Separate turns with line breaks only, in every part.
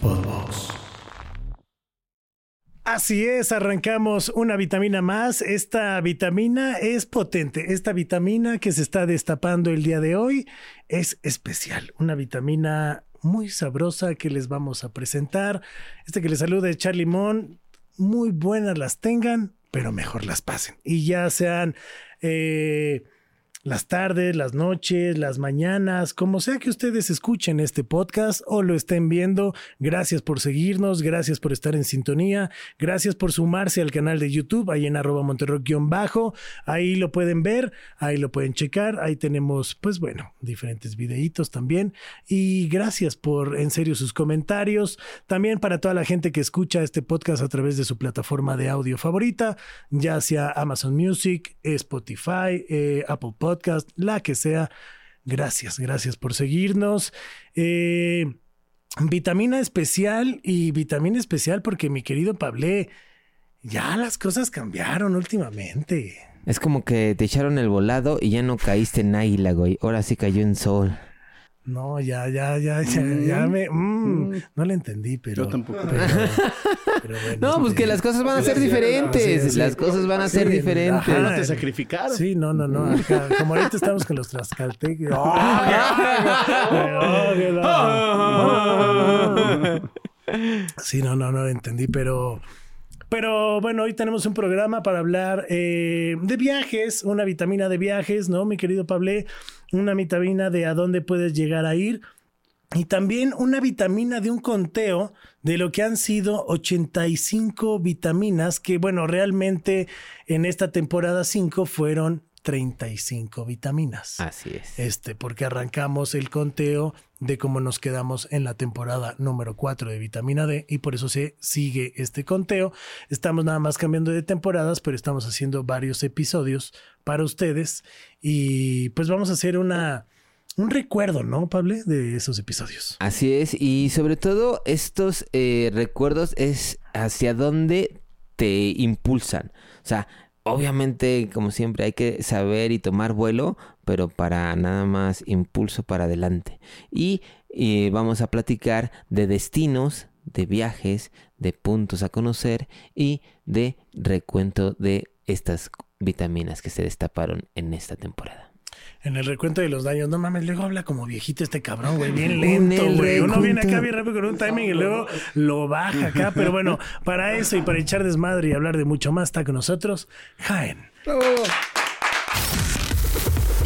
Podbox.
Así es, arrancamos una vitamina más. Esta vitamina es potente. Esta vitamina que se está destapando el día de hoy es especial. Una vitamina muy sabrosa que les vamos a presentar. Este que les saluda es Charlie Mon. Muy buenas las tengan, pero mejor las pasen. Y ya sean... eh, las tardes, las noches, las mañanas, como sea que ustedes escuchen este podcast o lo estén viendo, gracias por seguirnos, gracias por estar en sintonía, gracias por sumarse al canal de YouTube, ahí en arroba monterrock-bajo, ahí lo pueden ver, ahí lo pueden checar, ahí tenemos, pues bueno, diferentes videitos también y gracias por en serio sus comentarios, también para toda la gente que escucha este podcast a través de su plataforma de audio favorita, ya sea Amazon Music, Spotify, eh, Apple Podcast, la que sea. Gracias, gracias por seguirnos. Eh, vitamina especial y vitamina especial porque mi querido Pablé, ya las cosas cambiaron últimamente.
Es como que te echaron el volado y ya no caíste en águila, güey. Ahora sí cayó en sol.
No, ya, ya, ya, ya, ya me... mm, no le entendí, pero...
Yo tampoco.
pero- pero bueno,
No, pues
este-
que las cosas van a ser diferentes. Las cosas van a ser
Sí,
diferentes.
ajá.
No te sacrificaron.
Sí, no, no, no.
Mm.
ajá. Como ahorita estamos con los trascaltecas. Sí, no, no, no lo entendí, pero. Pero bueno, hoy tenemos un programa para hablar eh, de viajes, una vitamina de viajes, ¿no? Mi querido Pablé, una vitamina de a dónde puedes llegar a ir y también una vitamina de un conteo de lo que han sido 85 vitaminas que, bueno, realmente en esta temporada 5 fueron 35 vitaminas.
Así es.
Este, porque arrancamos el conteo de cómo nos quedamos en la temporada número 4 de vitamina D y por eso se sigue este conteo. Estamos nada más cambiando de temporadas, pero estamos haciendo varios episodios para ustedes y pues vamos a hacer una un recuerdo, ¿no, Pablo? De esos episodios.
Así es. Y sobre todo, estos eh, recuerdos es hacia dónde te impulsan. O sea, obviamente, como siempre, hay que saber y tomar vuelo, pero para nada más impulso para adelante. Y eh, vamos a platicar de destinos, de viajes, de puntos a conocer y de recuento de estas vitaminas que se destaparon en esta temporada.
En el recuento de los daños, no mames, luego habla como viejito este cabrón, güey, bien
En
lento,
el
güey. Uno viene
recuento.
acá bien rápido con un timing y luego lo baja acá. Pero bueno, para eso y para echar desmadre y hablar de mucho más, está con nosotros Jaén.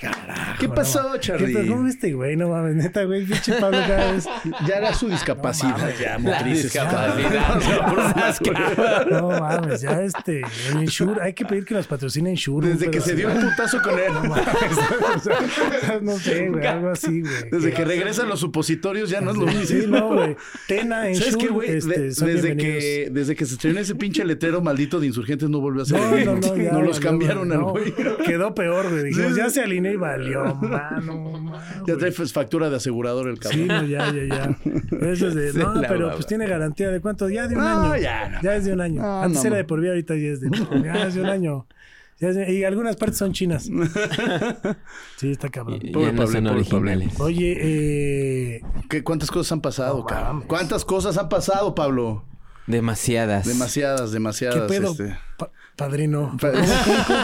Carajo,
¿Qué
Ah, no
pasó,
mames.
Charlie?
¿Qué pasó? ¿Cómo este güey? No mames, neta, güey. Pinche Pablo cada vez.
Ya era su discapacidad. ya, motrices.
discapacidad. No mames, ya este. El Insure, hay que pedir que nos patrocine Insure.
Desde que se dio un putazo con él.
No sé, güey, algo así, güey.
Desde que regresan los supositorios ya no es lo mismo.
Sí, no, güey. Tena, Insure.
¿Sabes qué, güey? De-
este, son
desde,
bienvenidos.
que, desde que se estrenó ese pinche letrero maldito de insurgentes no volvió a ser. el mismo.
ya,
No los
valió,
cambiaron
güey,
al
no.
güey.
Quedó peor, güey. Dijimos,
Sí.
ya se alineó y valió, mano. mano,
Ya
güey.
trae pues, factura de asegurador el
Sí,
cabrón.
no, ya, ya, ya. Eso es de,
Se
no,
la
pero
baba.
pues tiene garantía de cuánto, ya de un
No,
año.
ya, no.
es de un año.
No,
Antes
no,
era de
no.
por vida, ahorita ya es de, ya es de un año. Ya es de- y algunas partes son chinas. Sí, está cabrón.
Y-
Pobre
Eh, ya no
Ah, Pablo,
son
pobre Pablo.
originales.
Oye, eh,
¿Qué- ¿Cuántas cosas han pasado,
No
cabrón?
mames.
¿Cuántas cosas han pasado, Pablo?
Demasiadas.
Demasiadas,
¿qué
demasiadas.
pedo?
este.
Pa- padrino.
Pa-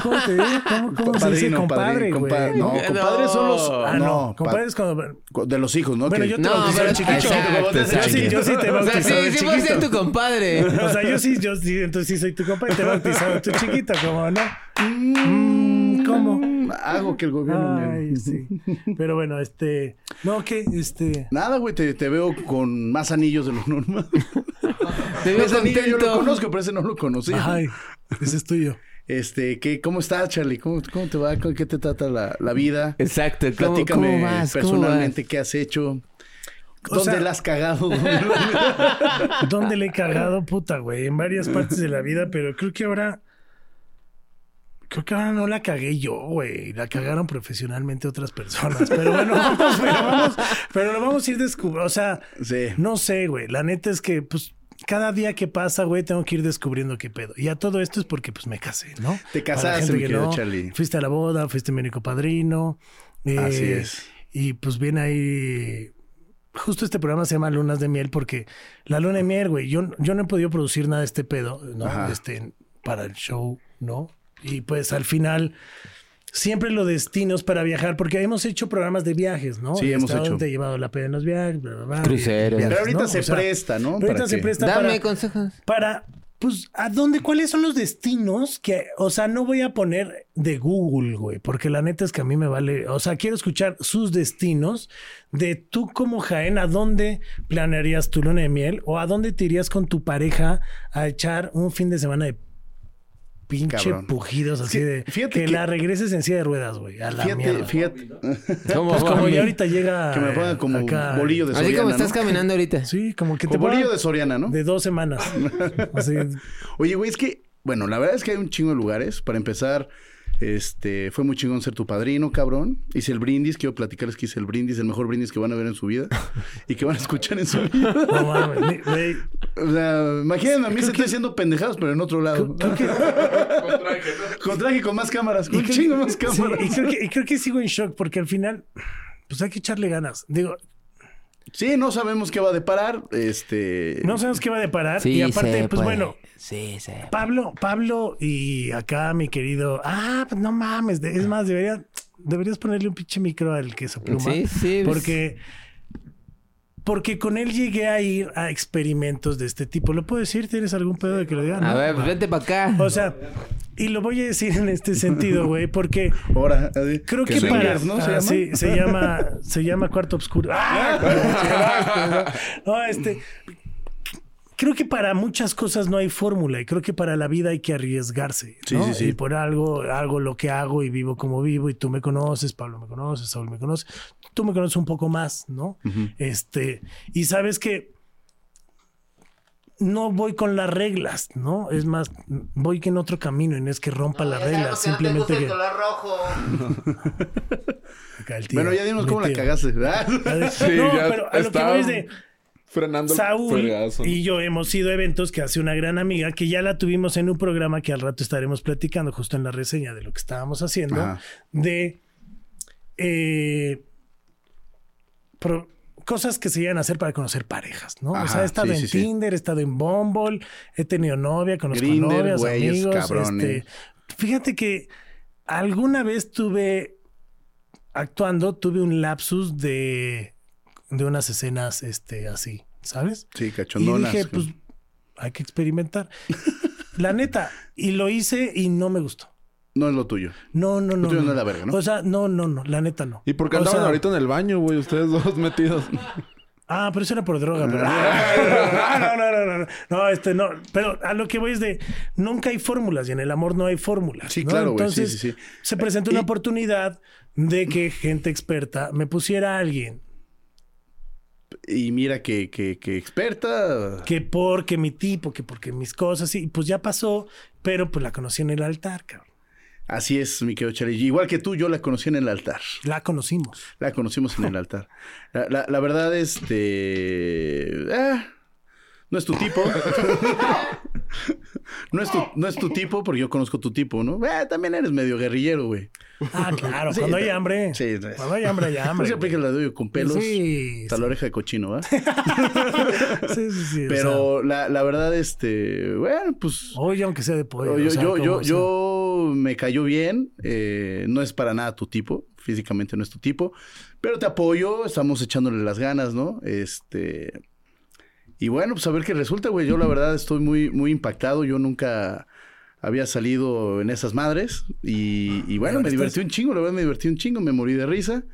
¿Cómo, cómo- cómo te digo? ¿Cómo, cómo se dice compadre,
padrino,
güey?
compa-
No.
No, compadres son los.
Ah, no.
no,
compadre es cuando...
pa- De los hijos, ¿no?
Bueno,
Que-
yo te
No,
bautizaron
pero
chiquito.
exacto,
Yo sí-
exacto.
yo sí te
O sea,
bautizaron
sí, sí voy a ser
chiquito.
tu compadre.
O sea, yo sí, yo sí, entonces sí soy tu compa y te he bautizado tú chiquito, ¿cómo no? Mm, ¿Cómo?
Hago que el gobierno me-
Ay, sí. Pero bueno, este. No, que este.
Nada, güey, te, te veo con más anillos de lo normal.
Te veo
Ese anillo yo lo
contento.
conozco, pero ese no lo conocí.
Ay, ese es tuyo.
Este, ¿qué, ¿cómo estás, Charlie? ¿Cómo, cómo te va? ¿Con qué te trata la, la vida?
Exacto, ¿cómo,
Platícame
cómo vas? ¿Cómo
personalmente qué has hecho.
O
¿Dónde
sea-
la has cagado?
¿Dónde le he cagado, puta, güey? En varias partes de la vida, pero creo que ahora. Creo que ahora no la cagué yo, güey. La cagaron profesionalmente otras personas. Pero bueno, vamos, pero, vamos, pero lo vamos a ir descubriendo. O sea,
Sí.
no sé, güey. La neta es que, pues, cada día que pasa, güey, tengo que ir descubriendo qué pedo. Y a todo esto es porque, pues, me casé, ¿no?
Te
Para la
casaste,
gente
mi
que
querido Charlie.
Fuiste a la boda, fuiste mi único padrino. eh,
Así es.
Y, pues, viene ahí... Justo este programa se llama Lunas de Miel porque la luna de miel, güey, yo, yo no he podido producir nada de este pedo, ¿no?
Ajá.
Este, para el show, ¿no? Y pues al final siempre los destinos para viajar, porque hemos hecho programas de viajes, ¿no?
Sí, hemos
Hasta
hecho.
dónde Te he llevado la pena en los viajes, bla, bla, bla.
Cruceros.
Viajes,
Pero ahorita
¿no?
se
O sea,
presta, ¿no?
pero ahorita
¿Para
se
qué?
presta
Dame
para,
consejos.
para, pues, ¿a dónde? ¿Cuáles son los destinos que, o sea, no voy a poner de Google, güey, porque la neta es que a mí me vale, o sea, quiero escuchar sus destinos de tú como Jaén, ¿a dónde planearías tu luna de miel o a dónde te irías con tu pareja a echar un fin de semana de pinche
Cabrón.
pujidos así
Sí,
de
fíjate
que,
que-
la regreses en silla de ruedas, güey, a la
Fíjate,
mierda.
fíjate.
¿Cómo
Pues como
mami?
ya ahorita llega
Que me ponga
eh,
como
acá.
bolillo de
Así
Soriana,
como estás
¿no?
caminando ahorita.
Sí, como que
Como
te
bolillo
ponga
de Soriana, ¿no?
de dos semanas. Así,
Oye, güey, es que, bueno, la verdad es que hay un chingo de lugares. Para empezar, este, fue muy chingón ser tu padrino, cabrón. Hice el brindis, quiero platicarles que hice el brindis, el mejor brindis que van a ver en su vida y que van a escuchar en su vida.
no mames, ni- güey,
O sea, imagínense, a mí se estoy haciendo pendejadas, pero en otro lado. Con traje, con más cámaras, con un
creo-
chingo más
Sí,
cámaras.
y, creo que, y creo que sigo en shock porque al final, pues hay que echarle ganas. Digo,
Sí, no sabemos qué va a deparar. Este.
no sabemos qué va a deparar.
Sí,
y aparte,
se
pues
puede.
bueno,
Sí, se
Pablo, Pablo y acá mi querido. Ah, pues no mames. de- Es más, debería, deberías ponerle un pinche micro al queso pluma.
Sí, sí, pues.
Porque. Porque con él llegué a ir a experimentos de este tipo. ¿Lo puedo decir? ¿Tienes algún pedo de que lo diga?
A
No.
ver, pues vente para acá.
O sea, y lo voy a decir en este sentido, güey, porque
Ahora. así.
Creo que, para.
swingers, ¿no? ¿Se
ah,
llama?
sí, se llama, se llama Cuarto Obscuro. ¡Ah! No, este. Creo que para muchas cosas no hay fórmula y creo que para la vida hay que arriesgarse. ¿no?
Sí, sí, sí.
Y por algo hago lo que hago y vivo como vivo y tú me conoces, Pablo me conoces, Saúl me conoce, tú me conoces un poco más, ¿no? Este, y sabes que no voy con las reglas, ¿no? Es más, voy en otro camino y no es que rompa las reglas, simplemente que... Acá el tío,
Bueno, ya dimos
mi
cómo la
tío.
cagaste. ¿verdad?
Sí,
no,
ya
pero a lo que
está
voy es de
Frenando el
Saúl
fregazo.
y yo hemos ido a eventos que hace una gran amiga que ya la tuvimos en un programa que al rato estaremos platicando justo en la reseña de lo que estábamos haciendo
Ajá.
de eh, pro- cosas que se llegan a hacer para conocer parejas, ¿no? o sea,
Ajá,
he estado
sí,
en
sí, sí.
Tinder, he estado en Bumble, he tenido novia, conozco
Grindr,
novias,
güeyes,
amigos,
cabrones.
este, fíjate que alguna vez tuve actuando, tuve un lapsus de, de unas escenas este, así, ¿sabes?
Sí,
Y
cachondonas.
dije, pues hay que experimentar. La neta, y lo hice y no me gustó.
No es lo tuyo.
No, no, no.
tuyo no es la verga, ¿no?
O sea, no, no, no, la neta no.
¿Y por qué
O
andaban
sea,
ahorita en el baño, güey? Ustedes dos metidos.
Ah, pero eso era por droga, pero. Ah, no, no, no, no, no. No, este no. Pero a lo que voy es de nunca hay fórmulas y en el amor no hay fórmulas.
Sí,
¿no?
claro, güey, sí,
Entonces,
sí, sí.
se presentó una oportunidad de que gente experta me pusiera a alguien
Y mira que, que, que experta.
que porque mi tipo, que porque mis cosas, y pues ya pasó, pero pues la conocí en el altar, cabrón.
Así es, mi querido Charlie. Igual que tú, yo la conocí en el altar.
La conocimos.
La conocimos en el altar. La, la- la verdad, este. ah, no es tu tipo. No es tu, no es tu tipo, porque yo conozco tu tipo, ¿no? Eh, también eres medio guerrillero, güey.
Ah, claro,
Sí,
cuando hay
ta-
hambre.
sí, no es-
Cuando hay hambre, hay
No
hambre.
se aplica
güey.
la de hoyo con pelos.
Sí,
Hasta la oreja de cochino, ¿va?
sí, sí, sí, o sea,
Pero la, la verdad, este. Bueno, pues.
oye, aunque sea de pollo.
yo,
o sea,
yo,
como
yo,
sea.
yo me cayó bien. eh, no es para nada tu tipo. Físicamente no es tu tipo. Pero te apoyo. Estamos echándole las ganas, ¿no? Este. Y bueno, pues a ver qué resulta, güey. Yo la verdad estoy muy, muy impactado. Yo nunca había salido en esas madres. Y, y bueno,
Ahora
me divertí
Ah, estás-
un chingo. La verdad me divertí un chingo. Me morí de risa.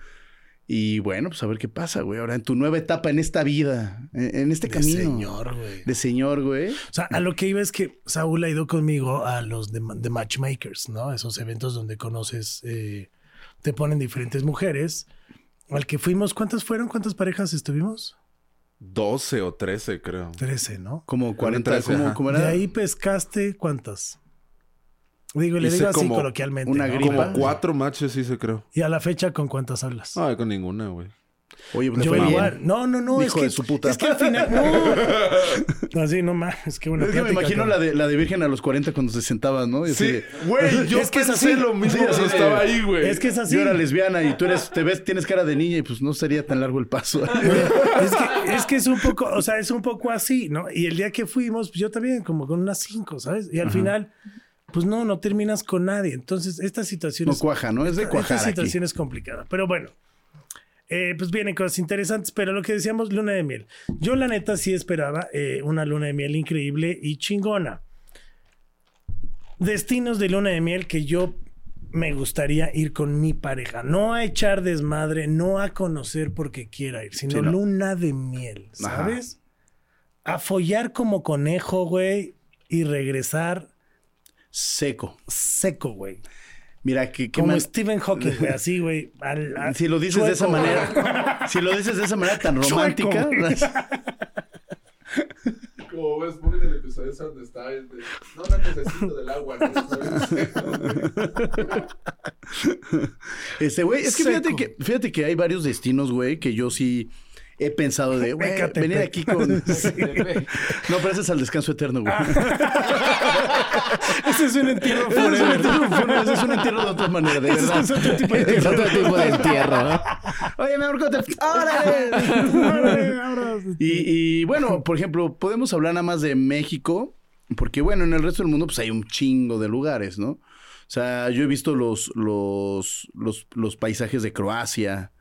Y bueno, pues a ver qué pasa, güey. Ahora en tu nueva etapa, en esta vida, en, en este
De
camino.
señor, güey.
De señor, güey.
O sea, a lo que iba es que Saúl ha ido conmigo a los de, de matchmakers, ¿no? Esos eventos donde conoces, eh, te ponen diferentes mujeres. Al que fuimos, ¿cuántas fueron? ¿Cuántas parejas estuvimos?
12 o 13, creo.
Trece, ¿no?
Como 40,
trece,
como,
ajá.
como
De
era.
ahí pescaste, ¿cuántas? Digo, le
Hice
digo así
como
coloquialmente.
una
¿no?
gripa.
Como cuatro matches hice, creo.
Y a la fecha, ¿con cuántas hablas?
Ay, con ninguna, güey.
Oye, pues
Yo
fue bien.
igual. No, no, no. es
Hijo
que,
de su puta.
Es que al final. No. Así no más. Es que una.
Es que me
plática
imagino
con-
la de, la de Virgen a los 40 cuando se sentaba, ¿no? Y así de,
güey,
Es que es así.
Sí, así de-
güey.
Es que es así.
Yo era lesbiana y tú eres, te ves, tienes cara de niña y pues no sería tan largo el paso.
Ah, es, que, es que es un poco, o sea, es un poco así, ¿no? Y el día que fuimos, pues yo también, como con unas cinco, ¿sabes? Y al final, pues no, no terminas con nadie. Entonces, esta situación
No
es.
cuaja, ¿no? Es de
esta
cuajar aquí.
situación es complicada. Pero bueno, eh, pues vienen cosas interesantes. Pero lo que decíamos, luna de miel. Yo, la neta, sí esperaba eh, una luna de miel increíble y chingona. Destinos de luna de miel que yo me gustaría ir con mi pareja. No a echar desmadre, no a conocer porque quiera ir, sino
Sí, no.
luna de miel,
Ajá.
¿sabes? A follar como conejo, güey, y regresar
Seco.
seco, güey.
Mira, que, que
Como
man-
Stephen Hawking, güey, así, güey. al- al-
si lo dices de esa
chueco, güey.
manera, si lo dices de esa manera tan
Chueco,
romántica,
güey.
Como ves, Bunny del episodio ese donde está el de, No la necesito del agua, ¿no? ¿Sabes?
este güey, es que
Seco.
fíjate que fíjate que hay varios destinos, güey, que yo sí he pensado de, güey,
Ecatepec.
venir aquí con No, pero ese es al descanso eterno, güey.
Ah. Ese es un entierro
Ese es un
forever.
entierro, fúnebre, ese es un entierro de otra manera, de verdad.
Es otro tipo de
Es
entierro.
otro tipo de entierro.
Oye, me ahorco. te- ¡Órale!
Ahora, ahora.
Y, y, bueno, por ejemplo, podemos hablar nada más de México, porque bueno, en el resto del mundo pues hay un chingo de lugares, ¿no? O sea, yo he visto los, los, los, los paisajes de Croacia,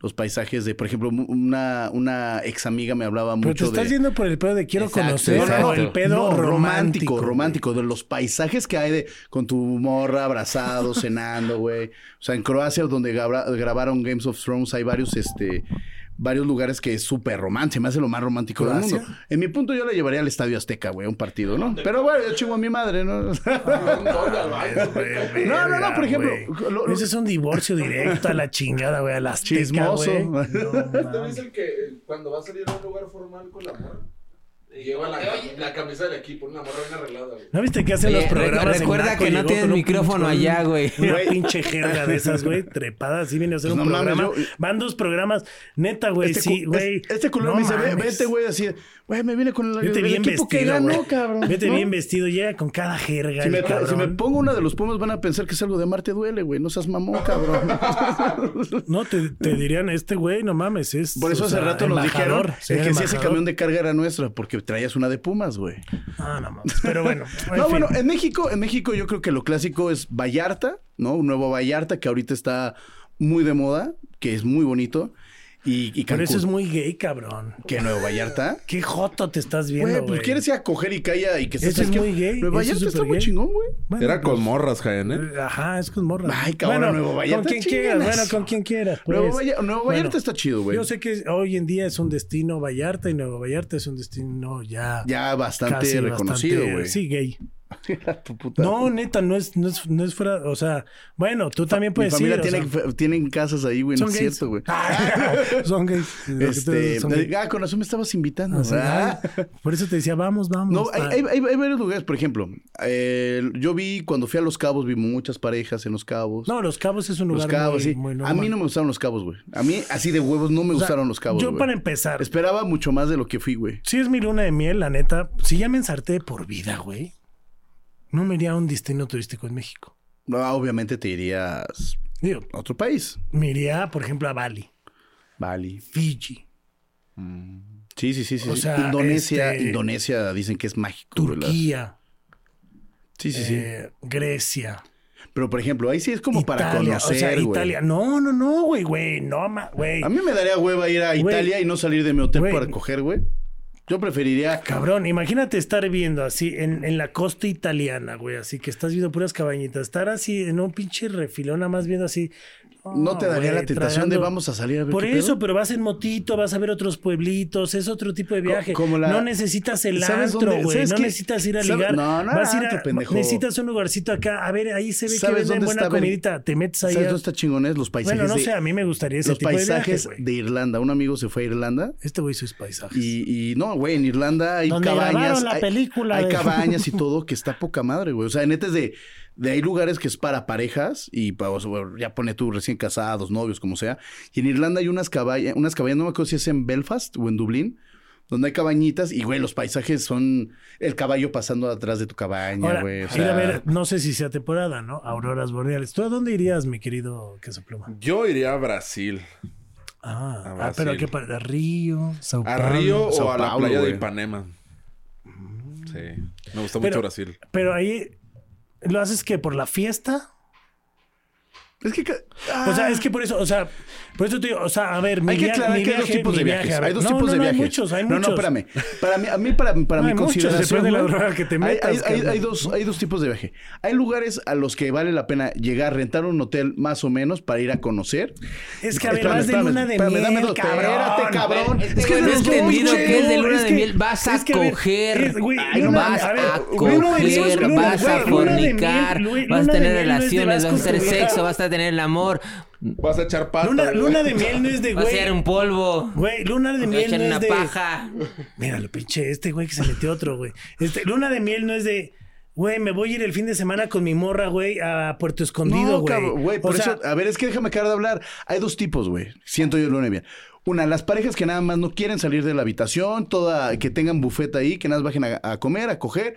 los paisajes de, por ejemplo, mu- una, una ex amiga me hablaba
Pero te
mucho
estás
de...
yendo por el pedo de quiero
Exacto,
conocer
No, no, no,
o el pedo
no,
romántico.
romántico, romántico, de los paisajes que hay de con tu morra abrazado, cenando, güey. O sea, en Croacia, donde gabra- grabaron Games of Thrones, hay varios, este, varios lugares que es súper romántico, me hace lo más romántico del
¿Croacia?
mundo. En mi punto, yo la llevaría al Estadio Azteca, güey, a un partido, ¿no? Pero bueno, yo chingo a mi madre, ¿no? Este
Un dólar, vaya.
güey.
No, no, no,
Verga,
por ejemplo,
güey.
lo- lo-
Ese es un divorcio directo a la chingada, güey, a las
Chismoso.
¿Tú ves el que eh, cuando va a salir a un lugar formal con la morra? Lleva la, la camisa del equipo, una morra bien arreglada, güey.
¿No viste que hacen los
Oye,
programas? en
recuerda
Naco?
que no
Llegó
tienes
con un
micrófono
pinche-
allá, güey.
Una
Güey.
pinche jerga de esas, güey, trepadas. Sí viene a hacer
Pues
un
no mames,
programa.
yo-
Van dos programas. Neta, güey,
Este
sí,
cu-
güey.
es- Este culero
No
me dice, "Ve-
mames.
vete, güey, así, güey, me viene con el,
Vete
el
bien
equipo
vestido.
que ganó,
güey.
cabrón.
Vete
¿no?
bien vestido, llega con cada jerga.
Si
el
me, tra- si
cabrón.
me pongo una de los pomos van a pensar que es algo de Marte duele, güey. No seas mamón, cabrón.
No, te, te dirían, este güey, no mames, es.
Mm. Por eso
o
hace
sea,
rato nos dijeron
embajador,
eh,
señor
que si ese
embajador.
camión de carga era nuestra, porque traías una de Pumas, güey.
Ah, no mames. Pero bueno. en
No,
fin.
bueno, en México, en México yo creo que lo clásico es Vallarta, ¿no? Un nuevo Vallarta que ahorita está muy de moda, que es muy bonito. Y, y
Pero
Cancún.
eso es muy gay, cabrón.
¿Qué nuevo Vallarta?
Qué joto te estás viendo.
Güey,
Güey,
pues quieres ir a coger y calla y que
Eso es muy gay,
Nuevo
eso es
Vallarta está
súper
muy
gay.
chingón, güey.
Bueno,
Era con
pues,
morras, Jaén, ¿eh?
Ajá, es con morra.
Ay, cabrón, Nuevo Vallarta,
Con quien
chingan
quieras,
eso.
bueno, con quien quieras. pues.
Nuevo, Valla- Nuevo
Bueno,
Vallarta está chido, güey.
Yo sé que hoy en día es un destino Vallarta y Nuevo Vallarta es un destino ya.
Ya bastante
casi
reconocido,
bastante-
güey.
Sí, gay.
Tu puta
No, neta, no es, no, es, no es fuera. O sea, bueno, tú también
Mi
puedes
familia
ir, pues o
tiene,
sea,
fa- tienen casas ahí, güey. No
son
es
gays. Ah,
cierto, güey.
son gays. Lo que tú
Este,
dices, son gays.
ah, con razón me estabas invitando.
O sea,
Ah.
Por eso te decía, vamos, vamos.
No, hay,
tal.
hay- hay- hay varios lugares. Por ejemplo, eh, yo vi cuando fui a Los Cabos, vi muchas parejas en Los Cabos.
No, Los Cabos es un
los
lugar
Cabos,
muy,
sí.
muy
a
normal.
mí no me gustaron Los Cabos, güey. A mí, así de huevos, no me
O sea,
gustaron Los Cabos.
Yo
güey.
para empezar,
Esperaba mucho más de lo que fui, güey.
si es mi luna de miel, la neta, si ya me ensarté de por vida, güey, no me iría a un destino turístico en México.
No, obviamente te irías
Digo,
a otro país.
me iría, por ejemplo, a Bali,
Bali.
Fiji,
Sí, sí, sí, sí.
O
sí.
sea,
Indonesia,
este-
Indonesia dicen que es mágico. güey, las-
Turquía,
Sí, sí, sí.
eh, Grecia,
Pero, por ejemplo, ahí sí es como para
Italia,
conocer,
o sea,
güey.
Italia. No, no, no, güey, güey, no, ma- güey.
A mí me daría hueva ir a
Güey.
Italia y no salir de mi hotel
Güey. Ah,
para coger, güey. Yo preferiría.
Cabrón, imagínate estar viendo así en, en la costa italiana, güey, así que estás viendo puras cabañitas, estar así en un pinche refilón, nada más viendo así.
No te daría
güey,
la tentación de
tragando-
vamos a salir a ver.
Por
qué
eso,
pedo.
pero vas en motito, vas a ver otros pueblitos, es otro tipo de viaje.
Co- como la-
No necesitas el
¿Sabes
antro,
dónde?
güey.
¿Sabes
No
qué?
necesitas ir a
¿Sabes?
ligar.
No, no era
vas a ir
antro,
a...
pendejo.
Necesitas un lugarcito acá. A ver, ahí se ve que
¿Sabes
venden
dónde
buena
está Bel-
comidita. Te metes pues, ahí.
¿Sabes
a-
dónde está chingón? Es los paisajes.
Bueno, no
de-
sé, a mí me gustaría ese
Los
tipo de viaje,
paisajes
güey.
de, Irlanda. Un amigo se fue a Irlanda
Este güey sus paisajes.
y, y no, güey, en Irlanda hay
Donde grabaron
cabañas.
la
hay,
película
hay
de-
cabañas y todo que está poca madre, güey. O sea, neta es de. De hay lugares que es para parejas y pa- o sea, ya pone tú recién casados, novios, como sea. Y en Irlanda hay unas cabañas, unas cabañas, no me acuerdo si es en Belfast o en Dublín, donde hay cabañitas y, güey, los paisajes son el caballo pasando atrás de tu cabaña,
Ahora,
güey. o
ir a
sea,
ver, no sé si sea temporada, ¿no? Auroras boreales. ¿Tú a dónde irías, mi querido queso pluma?
Yo iría a Brasil.
Ah,
A
ah,
Brasil.
pero ¿a qué parte? ¿A Río? ¿Sao
A
Paulo?
Río
Sao
o a la
Paulo,
playa
güey.
de Ipanema. Sí. Me
Pero-
gusta mucho Brasil.
Pero ahí, ¿lo haces que por la fiesta?
Es que... ca-
O sea, es que por eso, o sea, por eso te digo, o sea, a ver, mi
Ah. Hay que
via-
aclarar
mi
que hay dos
viaje-
tipos
mi
de
viaje,
viajes.
a ver,
Hay dos
no,
tipos
no,
de
no,
viajes.
Hay muchos, hay
no,
muchos.
no, espérame. Para mí, a mí para, para
No,
mi
hay muchos,
consideración.
depende de la
güey,
droga que te
hay-
metas,
hay, hay-
carnal.
hay dos, hay dos tipos de viaje. Hay lugares a los que vale la pena llegar, rentar un hotel más o menos para ir a conocer.
Es que, a ver,
Eh, Espérame,
vas de
espérame,
luna de
espérame,
miel,
dame dos.
cabrón.
Espérate, cabrón.
Este
Es que
güey no
es de
ha
los dos,
entendido
güey.
que es de
No,
luna
es
de
que-
miel. Vas a
es que, a ver,
coger.
es- güey,
Ay,
luna-
vas
a
a,
ver,
güey, no, eso es
coger,
luna,
vas a
güey, luna
de miel,
fornicar,
güey,
vas
luna
a
de
tener
miel no es de
relaciones,
vas
vas a tener
con tu vieja.
sexo, vas a tener el amor,
Vas a echar pata.
Luna,
güey.
luna de miel no es de
vas a tirar
güey.
un polvo,
Güey, luna de
vas a
miel
echar
no
una
es de.
paja.
Mira, lo pinche, este güey que se metió otro, güey. Este, luna de miel no es de. Güey, me voy a ir el fin de semana con mi morra, güey, a Puerto Escondido,
No,
güey.
cabrón, güey.
O
Por
sea,
eso, ah, a ver, es que déjame acabar de hablar. Hay dos tipos, güey. Siento yo el lunes bien. Una, las parejas que nada más no quieren salir de la habitación, toda, que tengan bufeta ahí, que nada más bajen a, a comer, a coger,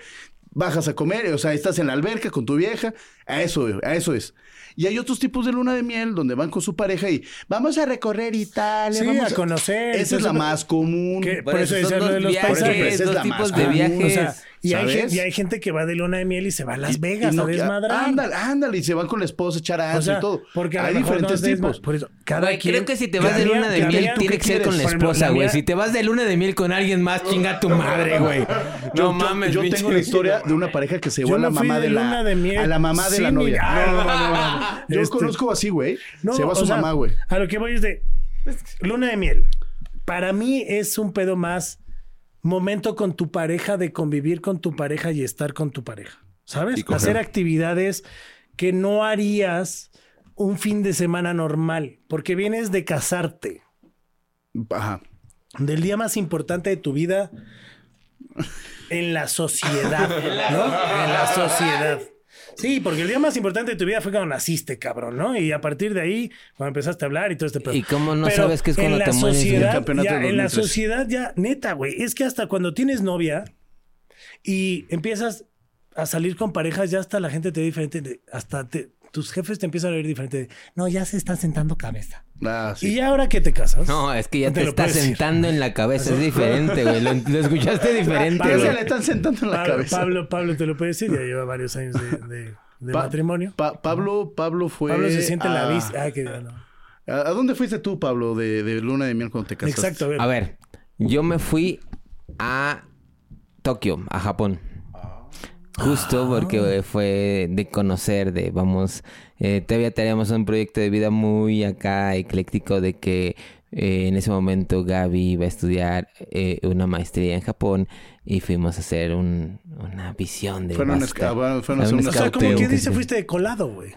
bajas a comer, o sea, estás en la alberca con tu vieja, a eso, güey, a eso es. Y hay otros tipos de luna de miel donde van con su pareja y vamos a recorrer Italia,
Sí,
vamos
a conocer.
Esa es la
Eso-
más común.
que-
Por
por eso
eso
decía
son
lo
dos
de los
viajes,
paisajes.
es
dos
la
tipos
más
de
común,
viajes.
O sea, y hay,
¿sabes?
gen- y hay gente que va de luna de miel y se va a Las
Y-
Vegas
y no
a
que-
desmadrar.
Ándale, ándale, y se van con la esposa a echar a
O sea,
y todo.
porque a lo
hay
mejor
diferentes
no es desma-
tipos.
Por eso, cada
Güey,
quien-
creo que si te vas
cada
de luna de
quien-
miel,
cada quien-
tiene que ser con la
Por ejemplo,
esposa, güey.
mía-
Si te vas de luna de miel con alguien más, chinga tu madre, güey. No mames,
Yo
pinche.
tengo la historia de una pareja que se llevó
Yo
a la
me fui
mamá
de
de la
luna de miel
a la mamá de la
sin
novia.
mi-
No, no, no, no, no. Yo
Este-
conozco así, güey. se va a
o
su
sea,
mamá, güey.
A lo que voy es de luna de miel. Para mí es un pedo más momento con tu pareja de convivir con tu pareja y estar con tu pareja, ¿sabes?
Y coger.
Hacer actividades que no harías un fin de semana normal, porque vienes de casarte,
Ajá.
del día más importante de tu vida en la sociedad, ¿no? En la sociedad. Sí, porque el día más importante de tu vida fue cuando naciste, cabrón, ¿no? Y a partir de ahí, cuando empezaste a hablar y todo este pedo.
¿Y cómo no
Pero
sabes que es
en
cuando
la
te mueres, güey?
sociedad,
El campeonato
ya,
de
En la
2013.
sociedad ya, neta, güey, es que hasta cuando tienes novia y empiezas a salir con parejas, ya hasta la gente te ve diferente, de- hasta te- tus jefes te empiezan a ver diferente. de, no, ya se está sentando cabeza.
Ah,
Y
sí.
ya ahora que te casas.
No, es que ya te,
lo
está
puedes decir.
sentando en la cabeza. Es diferente, güey. Lo, lo escuchaste diferente,
Ya
Pablo-
se
güey.
le están sentando en la
Pablo,
cabeza.
Pablo, Pablo te lo puede decir, ya lleva varios años de, de- de
Pa-
matrimonio.
Pa- Pablo, Pablo fue.
Pablo se siente la
a-
vis. Ah, que no.
¿A a dónde fuiste tú, Pablo, de, de luna de miel cuando te casaste?
Exacto, a ver.
A ver, yo me fui a Tokio, a Japón. Justo porque eh, fue de conocer, de vamos, eh, todavía teníamos un proyecto de vida muy acá ecléctico de que eh, en ese momento Gaby iba a estudiar eh, una maestría en Japón y fuimos a hacer un- una visión de...
Fueron
basta.
a- fueron a hacer
A
un
O sea, como
Cauteo,
quien
que
dice,
sí.
fuiste de colado, güey.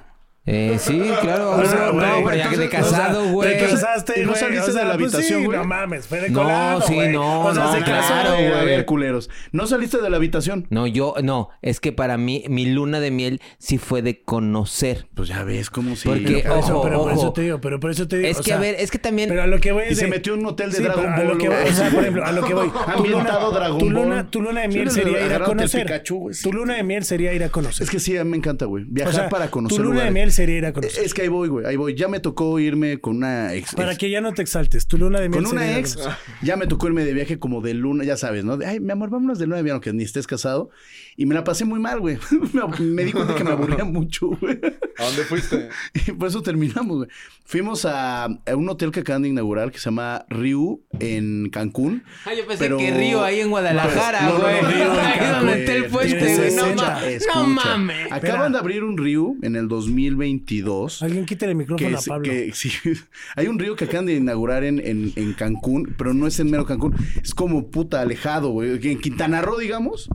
Eh, sí, claro.
O
o
sea,
sea,
güey,
no, pero ya que de
entonces, o sea,
casado, güey.
Te casaste,
¿Y no
güey,
saliste de la
pues sí,
habitación, güey?
no mames, fue de
No,
colado.
sí,
güey.
no,
O sea,
no,
se casó.
claro,
a ver, a
güey.
ver, culeros. No saliste de la habitación.
No, yo, no, es que para mí, mi luna de miel sí fue de conocer.
Pues ya ves cómo sí.
Porque,
Por eso,
Ojo,
pero por eso
ojo.
te digo, pero por eso te digo.
es
o
que,
sea,
a ver, es que también.
Pero a lo que voy es
Y se
de-
metió en un hotel de
Sí,
Dragon
pero a lo
Ball,
que voy,
güey.
o sea, por ejemplo, a lo que voy. Tu luna,
Ambientado Dragon
tu luna,
Ball.
tu luna de
Sí,
miel
le
sería ir a
agarraron
conocer.
el Pikachu, güey, sí.
Tu luna de miel sería ir a
oh,
conocer.
Es que sí, a mí me encanta, güey. Viajar
O sea,
para conocer
Tu luna de
lugares. Eh,
miel sería ir a conocer.
Es que ahí voy, güey. Ahí voy. Ya me tocó irme con una ex.
Para
ex-
que ya no te exaltes, tu luna de miel
Con
sería
una
ir a
ex,
conocer.
ya me tocó irme de viaje como de luna, ya sabes, ¿no? De, Ay, mi amor, vámonos de luna de miel, aunque ni estés casado. Y me la pasé muy mal, güey. me, me di cuenta que me aburría mucho, güey.
¿A dónde fuiste?
Y por eso terminamos, güey. Fuimos a, a un hotel que acaban de inaugurar que se llama Ryu en Cancún.
Ah, yo pensé
Pero- Pues,
que Río ahí en Guadalajara,
No, no, no,
güey.
Río en
Ahí
Cancún,
donde está el
güey.
puente,
Tiene
güey. No, ma-
60.
no
Escucha,
mames.
Espera.
Acaban de abrir un Ryu en el 2022.
Alguien quítale el
que
micrófono a
es-
Pablo.
que- sí, hay un río que acaban de inaugurar en, en- en Cancún, pero no es en mero Cancún, es como puta alejado, güey, en Quintana Roo, digamos,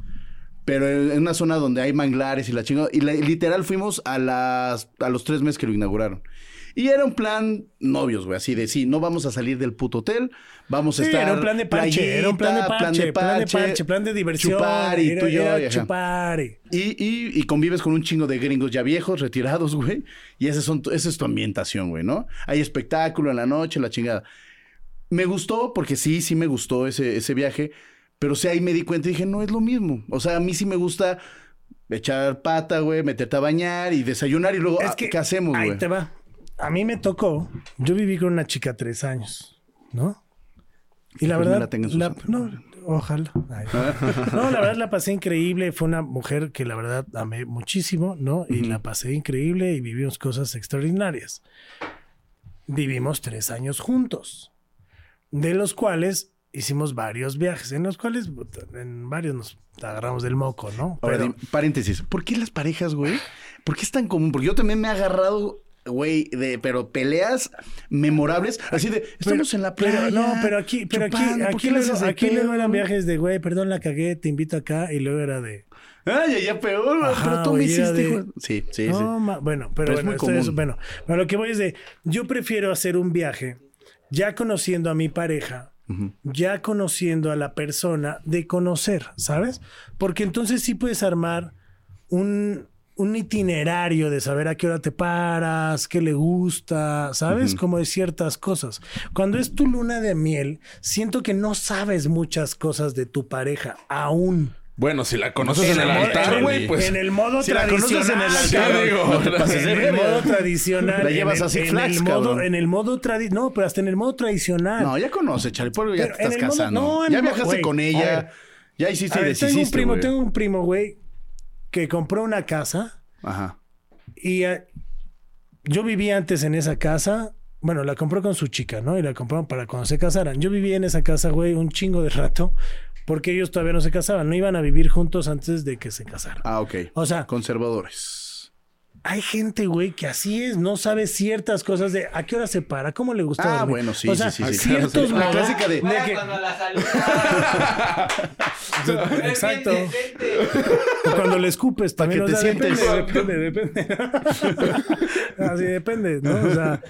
pero en, en una zona donde hay manglares y la chingada. Y la- literal fuimos a las a los tres meses que lo inauguraron. Y era un plan novios, güey, así de sí, no vamos a salir del puto hotel, vamos a
Sí,
estar.
era un plan de parche,
playita,
era un plan de parche, plan de parche, plan de diversión.
Chupar y
era,
tú y yo.
era
y ajá.
chupar y-
Y, y- y convives con un chingo de gringos ya viejos, retirados, güey. Y ese son, tu- esa es tu ambientación, güey, ¿no? Hay espectáculo en la noche, la chingada. Me gustó porque sí, sí me gustó ese, ese viaje. Pero sí, ahí me di cuenta y dije, no es lo mismo. O sea, a mí sí me gusta echar pata, güey, meterte a bañar y desayunar y luego, ah, ¿qué hacemos,
ahí
güey?
te va. A mí me tocó. Yo viví con una chica tres años, ¿no? Y la
Pues no
verdad,
la tenga en sus
la-
zapatos.
no, ojalá. Ay, no. No, la verdad la pasé increíble. Fue una mujer que la verdad amé muchísimo, ¿no? Y la pasé increíble y vivimos cosas extraordinarias. Vivimos tres años juntos, de los cuales hicimos varios viajes, en los cuales puta, en varios nos agarramos del moco, ¿no?
Ahora,
Pero-
dime, paréntesis. ¿Por qué las parejas, güey? ¿Por qué es tan común? Porque yo también me he agarrado, güey, de, pero peleas memorables. Así de, estamos en la playa.
Pero no, pero aquí, pero aquí,
chupando, ¿por
aquí,
qué le
luego,
haces de
aquí luego
pedo,
eran
güey?
viajes de güey, perdón, la cagué, te invito acá, y luego era de.
Ay, ya, ya peor, güey,
Ajá,
pero tú me
güey, era
hiciste,
de-
güey. Sí, sí, sí.
No, ma- bueno, pero,
Pero es
bueno,
muy
esto es-
común.
bueno, pero lo que voy es de, yo prefiero hacer un viaje ya conociendo a mi pareja, ya conociendo a la persona de conocer, ¿sabes? Porque entonces sí puedes armar un, un itinerario de saber a qué hora te paras, qué le gusta, ¿sabes? Como de ciertas cosas. Cuando es tu luna de miel, siento que no sabes muchas cosas de tu pareja aún.
Bueno, si la conoces en el
modo-
altar,
en
güey, pues.
en el modo
si la conoces en el
tradicional.
altar,
güey.
digo,
no te pases
en
de
el
verga.
modo tradicional.
La llevas
en el-
así
en
flax,
el modo,
cabrón.
en el modo tradicional. No, pero hasta en el modo tradicional.
No, ya conoces, Charlie, por algo ya te
Pero en
estás
el mundo-
casando.
no, en
ya
el mundo-
viajaste
güey,
con
a ver.
ella. Ya hiciste
A
y
ver, tengo un
deshiciste,
primo,
güey.
tengo un primo, güey, que compró una casa
Ajá.
y eh, yo vivía antes en esa casa. Bueno, la compró con su chica, ¿no? Y la compraron para cuando se casaran. Yo vivía en esa casa, güey, un chingo de rato, porque ellos todavía no se casaban, no iban a vivir juntos antes de que se casaran.
Ah, ok.
O sea,
Conservadores.
Hay gente, güey, que así es, no sabe ciertas cosas de a qué hora se para, cómo le gusta.
Ah,
dormir.
bueno, sí,
O sea,
sí, sí, sí.
Ciertos
La
modos
clásica de-
que-
Ah, cuando la saludas.
Exacto.
Es bien decente.
Cuando le escupes también.
que
o
te
sea,
sientes.
Depende, depende, depende. así depende, ¿no? O sea,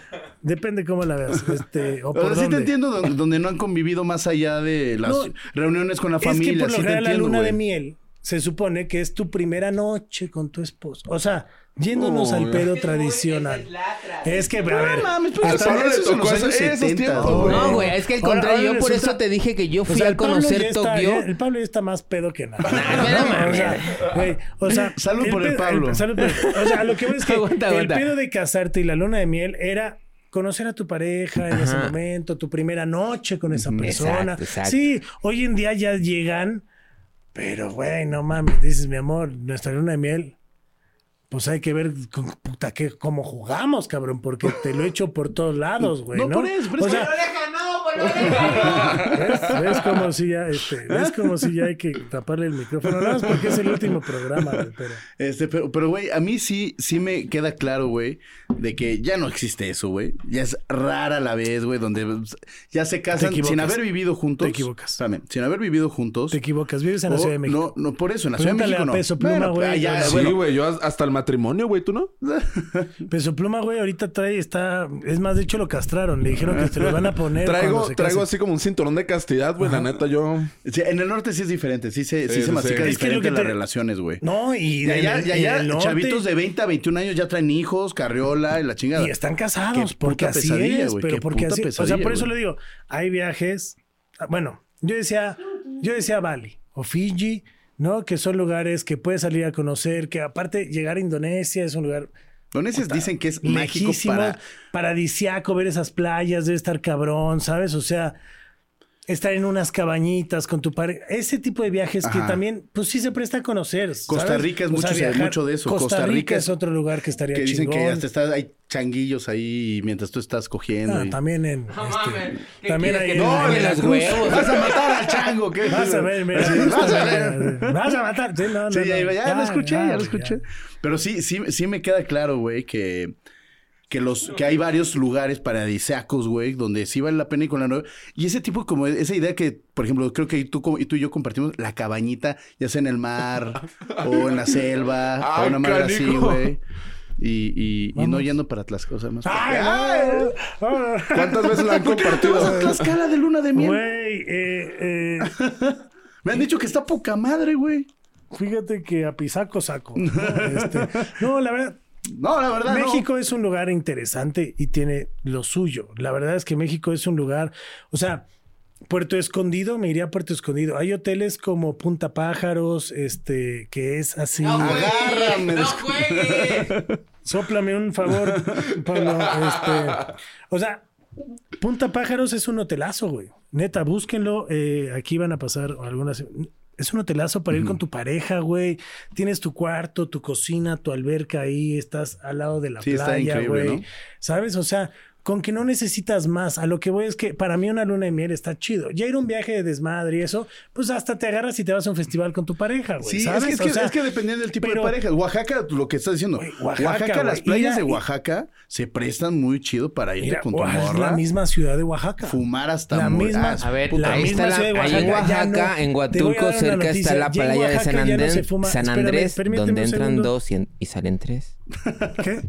depende cómo la veas. Este, o
O sea,
por
sí te
dónde.
entiendo donde, donde no han convivido más allá de las
No,
reuniones con la
es
familia.
que por lo
sí te
general la
entiendo,
luna
güey.
de miel se supone que es tu primera noche con tu esposo. O sea, yéndonos
Oh,
al
ya.
pedo
Es
tradicional.
muy- esa es la tra-
Es que, a ver,
mames, pues,
Al
hasta
Pablo le
esos son
tocó
los
esa-
años
esos
70,
tiempos,
güey.
güey.
No, güey, es que al
Ahora-
contrario,
ahora
yo por
resulta-
eso te dije que yo
O
fui
sea,
a
el Pablo ya
conocer
está-
Tokio.
ya- el Pablo ya está más pedo que nada.
espérame.
o sea, güey, o sea,
Salud
el
por el
pedo-
Pablo.
salud por el- o sea, lo que voy es que
Aguanta,
el
aguanta.
pedo de casarte y la luna de miel era conocer a tu pareja en ese momento, tu primera noche con esa persona.
Exacto, exacto.
Sí, hoy en día ya llegan, pero güey, no mames, dices, mi amor, nuestra luna de miel. Pues hay que ver con- puta, que, cómo jugamos, cabrón, porque te lo he hecho por todos lados, güey. No,
No, por eso, por
O
eso.
sea,
Por oreja no, por oreja no.
¿Ves? ¿Ves como si ya, este, ves como si ya hay que taparle el micrófono? Nada más porque es el último programa, güey, pero.
Este, pero, pero, güey, a mí sí, sí me queda claro, güey, de que ya no existe eso, güey. Ya es rara la vez, güey, donde ya se casan
equivocas.
sin haber vivido juntos.
Te equivocas.
Espérame, sin haber vivido juntos.
Te equivocas, vives en
O-
la Ciudad de México.
Oh, No, no, por eso, en la Ciudad de
Pregúntale
México
a
no.
Peso Pluma,
Bueno,
güey,
ah, ya,
donde-
Sí,
bueno,
güey, yo hasta el matrimonio, güey, ¿tú no?
Peso Pluma, güey, ahorita trae, está. Es más, de hecho lo castraron. Le dijeron que se lo van a poner. cuando
Traigo,
se
traigo
case.
así como un cinturón de castidad, güey, la neta, yo...
sí, en el norte sí es diferente, sí se, sí
Sí,
se
sí,
mastica
sí. Es que
es lo
diferente
que
las
te-
relaciones, güey.
No, y
Y
en
allá,
el-
y
en
allá
el norte-
chavitos de 20 a 21 años ya traen hijos, carriola y la chingada.
Y están casados,
Qué
porque
puta
así
pesadilla,
es,
güey,
pero
qué
porque
puta
así O sea,
pesadilla,
por eso
güey.
le digo, hay viajes. ah, Bueno, yo decía, yo decía Bali o Fiji, ¿no? Que son lugares que puedes salir a conocer, que aparte llegar a Indonesia es un lugar
Con esos dicen que es mágico
lejísimo,
para...
paradisiaco, ver esas playas, debe estar cabrón, ¿sabes? O sea, estar en unas cabañitas con tu pareja. Ese tipo de viajes que
Ajá.
también, pues sí se presta a conocer. ¿sabes?
Costa Rica es
O sea,
mucho-
viajar.
mucho de eso.
Costa,
Costa
Rica,
Rica
es
es-
otro lugar que estaría
Que dicen que
chingón.
hasta está- hay changuillos ahí mientras tú estás cogiendo.
Ah,
y-
también en.
No
este,
mames, ¿qué
también
quieres
hay.
que te
en-
cambie
en la
los
cruz.
huevos?
Vas a matar al chango, ¿qué?
Vas a ver, mira,
Sí, vas a ver.
justamente, Vas a matar. Sí, no, no,
Sí,
no.
ya, ya lo escuché, ya,
ya,
lo escuché. Pero sí, sí, sí me queda claro, güey, que, que, los, que hay varios lugares paradisíacos, güey, donde sí vale la pena ir con la novia. Y ese tipo, como esa idea que, por ejemplo, creo que tú, co- y tú y yo compartimos la cabañita, ya sea en el mar o en la selva, o
Ay,
una madre así,
canijo.
güey. y, y- y no
Vamos.
yendo para Tlaxcala. O sea, más
Ah,
Ay,
¡Ay!
ay, ay.
¿Cuántas veces la han compartido?
Vas a Tlaxcala de luna de miel.
Güey, eh, eh,
Me han dicho que está poca madre, güey.
fíjate que a pisaco saco. ¿no? Este, no, la verdad,
No, la verdad. no.
México es un lugar interesante y tiene lo suyo. La verdad es que México es un lugar, o sea, Puerto Escondido, me iría a Puerto Escondido. Hay hoteles como Punta Pájaros, este, que es así.
No
Agárrame,
juegues. No
descu-
juegues.
Sóplame un favor, Pablo. Este, o sea, Punta Pájaros es un hotelazo, güey. Neta, búsquenlo. eh, aquí van a pasar algunas. Es un hotelazo para ir con tu pareja, güey. Tienes tu cuarto, tu cocina, tu alberca ahí. Estás al lado de la
Sí, está
playa,
increíble,
güey.
¿no?
¿Sabes? O sea, con que no necesitas más. A lo que voy es que para mí una luna de miel está chido. Ya ir a un viaje de desmadre y eso, pues hasta te agarras y te vas a un festival con tu pareja, güey.
Sí, es
Pues, ¿sabes?
que, es,
O
que,
sea,
es que dependiendo del tipo
pero-
de pareja. Oaxaca, lo que estás diciendo.
Güey, Oaxaca,
Oaxaca, las
güey,
playas
ir a-
de Oaxaca se prestan muy chido para irte
Mira,
con tu
Oaxaca es
Este morra.
la misma ciudad de Oaxaca.
Fumar hasta
la
morir.
misma,
Ah, su
A ver,
puta
la
ahí
madre.
misma
está la-
ciudad de
ahí en
Oaxaca, ya
Oaxaca,
no-
en
te voy a dar
Huatulco,
una
cerca
noticia.
está la
Ya en
playa de
Oaxaca
San
ya no
Andrés,
se fuma-
San
espérame,
Andrés
permíteme
donde
un
entran
segundo.
dos y, en- y salen tres.
¿Qué?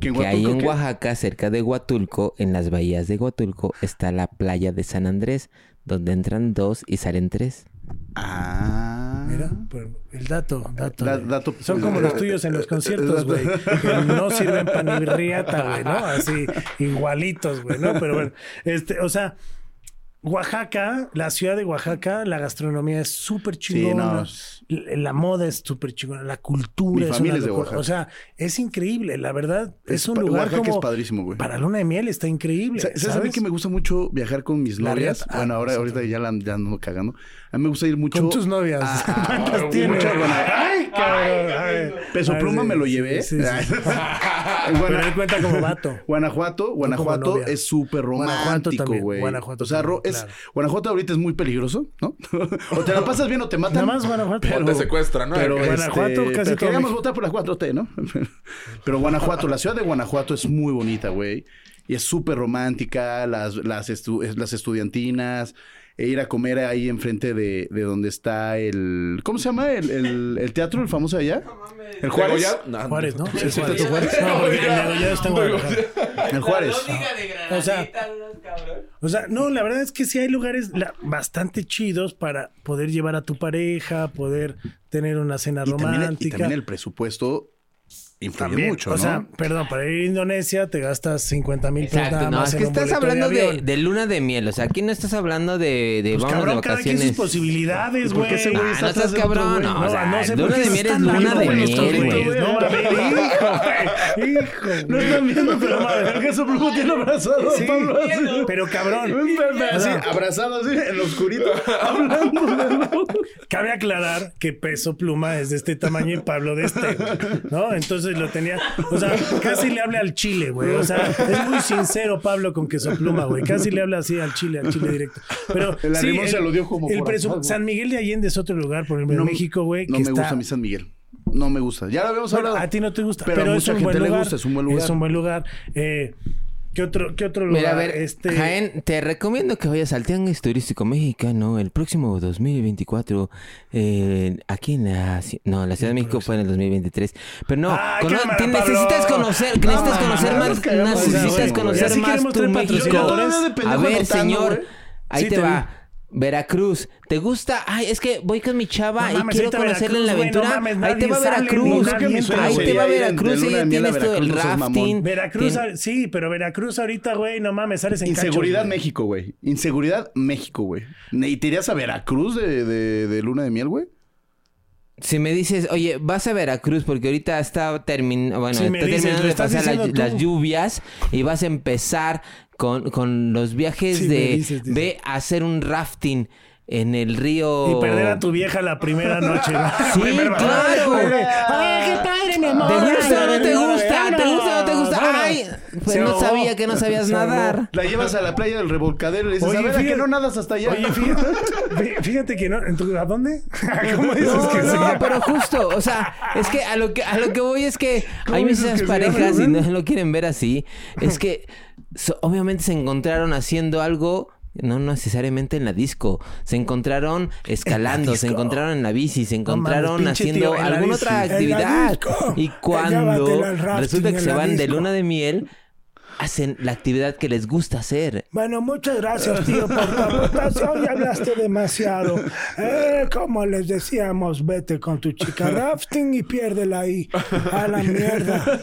Que en
Que ahí
Huatulco,
en
¿qué?
Oaxaca, cerca de Huatulco, en las bahías de Huatulco, está la playa de San Andrés, donde entran dos y salen tres.
Ah.
Mira, pues, el dato, dato.
Da-
güey.
dato-
Son como los tuyos en los conciertos, güey. que No sirven para ni riata, güey, ¿no? Así, igualitos, güey, ¿no? Pero bueno, este, o sea, Oaxaca, la ciudad de Oaxaca, la gastronomía es súper chingona.
es-
L- La moda es súper chingona, la cultura
Mi
es
familia
una
es de
locura.
Oaxaca.
O sea, es increíble, la verdad. Es,
Es
un
pa-
lugar
Oaxaca
como
es padrísimo, güey.
Para luna de miel está increíble.
Sa-
¿Sabes,
¿Sabes a mí que me gusta mucho viajar con mis
La
novias?
riata.
Bueno, ahora
Ah,
ahorita ya la ya ando cagando. A mí me gusta ir mucho.
Con tus novias.
Ah, ah,
¿Cuántas
ah,
tienes?
mucho, bueno,
Ay, cabrón. ay.
Peso
Ay,
pluma
Ah, sí,
me lo
sí,
llevé.
sí, sí, sí.
En Guana-
Pero él cuenta como vato.
Guanajuato,
como
Guanajuato
novia.
es súper
Guanajuato
romántico,
también,
güey.
Guanajuato
O sea, ro-
también,
es-
claro.
Guanajuato ahorita es muy peligroso, ¿no? o te la pasas bien o te
Nada
matan.
más Guanajuato.
O te secuestran, ¿no?
Pero
Acá.
Guanajuato
este,
casi
pero
todo
queríamos
México.
votar por la 4T, ¿no? pero Guanajuato, la ciudad de Guanajuato es muy bonita, güey. Y es súper romántica, las, las, estu- es- las estudiantinas, e ir a comer ahí enfrente de, de donde está el... ¿Cómo se llama? El, el- el teatro, el famoso de allá. El Juárez.
Degollado. No,
Juárez, ¿no?
¿Es
Sí,
el Tato Juárez?
No, porque el degollado está en Guadalajara.
El Juárez.
La lógica de granadita,
O sea-
¿no, cabrón?
O sea, no, la verdad es que sí hay lugares la- bastante chidos para poder llevar a tu pareja, poder tener una cena
Y también, el- y
romántica.
también el presupuesto influye
También,
mucho,
o
¿no?
sea, perdón, para ir a Indonesia te gastas 50 mil pesos nada
no,
más
es
en
que
un
estás
boleto de
hablando de,
avión.
de luna de miel. O sea, aquí no estás hablando de, de
Pues,
vamos
cabrón,
de
cada quien sus
vacaciones.
posibilidades,
¿Por qué
güey.
ese güey
Ah,
está
no
atrás
estás
de otro
cabrón,
güey?
no. o sea,
no sé por
luna
qué
de
se
miel es
están
luna
riendo
de
con los
miel,
chavitos,
güey.
No mames, hijo, güey, hijo.
No
güey.
están viendo, pero madre, que su brujo tiene abrazado a
Sí,
Pablo así.
pero cabrón. o
Así,
sea,
abrazado así, en lo oscurito, hablando de
Cabe aclarar que Peso Pluma es de este tamaño y Pablo de este, güey, ¿no? Entonces lo tenía, o sea, casi le habla al chile, güey. O sea, es muy sincero Pablo con Queso Pluma, güey. Casi le habla así al chile, al chile directo. Pero
El arrimón se lo dio como
el
por
presu-
atrás, güey.
San Miguel de Allende es otro lugar, por ejemplo, en México, güey,
No
que
me
está-
gusta mi San Miguel. No me gusta. Ya lo habíamos
Bueno,
hablado.
a ti no te gusta, pero,
pero, a
es
mucha
un
gente
buen
le
lugar.
gusta. Es un buen lugar.
Es un buen lugar. Eh, ¿Qué otro, qué otro lugar?
Mira, a ver,
este,
Jaén, te recomiendo que vayas al Tianguis Turístico Mexicano el próximo 2024. eh, aquí en la, ci- no, en la Ciudad de México fue en el 2023. Pero no,
Ay,
cono-
cámara,
te
Pablo.
necesitas conocer,
No,
necesitas
mames,
conocer
no
más,
nos cagamos
de risa,
necesitas
güey.
conocer
Así
más
queremos
tu
traer
México.
patrocinadores.
Yo todavía de pendejo
A ver,
anotando, ¿eh?
señor,
güey.
ahí
Sí,
te,
te vi.
va. Veracruz, ¿te gusta? Ay, es que voy con mi chava
No
y
mames,
quiero
vete a
conocerla en la
Veracruz, güey, no
aventura.
mames,
ahí te
nadie
va
sale,
Veracruz,
ni nadie suena,
ahí te
güey.
va
Ahí en- ¿eh? de
Veracruz,
luna de
ella
miel a
tiene esto, el
Veracruz, no seas mamón.
rafting.
Veracruz,
tiene-
ah, sí, pero Veracruz ahorita, güey, no mames, sales en
Inseguridad
cachos, güey.
México, güey. Inseguridad México, güey. Ne- ¿Y te irías a Veracruz de, de- de luna de miel, güey?
Si me dices, oye, vas a Veracruz porque ahorita está, termin... bueno,
Si me
está
dices,
terminando
lo
de
estás
pasar la-
diciendo tú.
las lluvias y vas a empezar con, con los viajes
Si me
de
dices, dices.
ve a hacer un rafting en el río.
Y perder a tu vieja la primera noche. ¿no?
Sí,
Primer-
claro.
Ay, qué padre, mi amor.
¿Te gusta o no te
Ay,
gusta? ¿Te
vámonos,
gusta o no te gusta?
vámonos.
Ay, pues
Se
no
ahogó.
sabía que no sabías
Se ahogó.
nadar.
La llevas a la playa del revolcadero y le dices,
Oye,
a ver, ¿a
fíjate-
qué no nadas hasta allá?
Oye, fíjate, fí- fíjate que no. ¿entonces ¿A dónde? ¿Cómo dices
No,
que sí?
no, pero justo, o sea, es que a lo que a lo que voy es que
¿Cómo
hay
dices
muchas
que sí?
parejas
A
y
ver,
no lo quieren ver así, es que so- obviamente se encontraron haciendo algo no necesariamente en la disco. Se encontraron escalando, se
disco.
encontraron en la bici, se
No mames,
encontraron
pinche
haciendo
tío, en la
alguna
bici.
otra
En la
actividad.
disco.
Y cuando
Llévatelo al rafting
resulta que
en
se
la
van de
disco.
luna de miel, hacen la actividad que les gusta hacer.
Bueno, muchas gracias, tío, por tu aportación. Ya hablaste demasiado. Eh, como les decíamos, vete con tu chica rafting y piérdela ahí. A la mierda.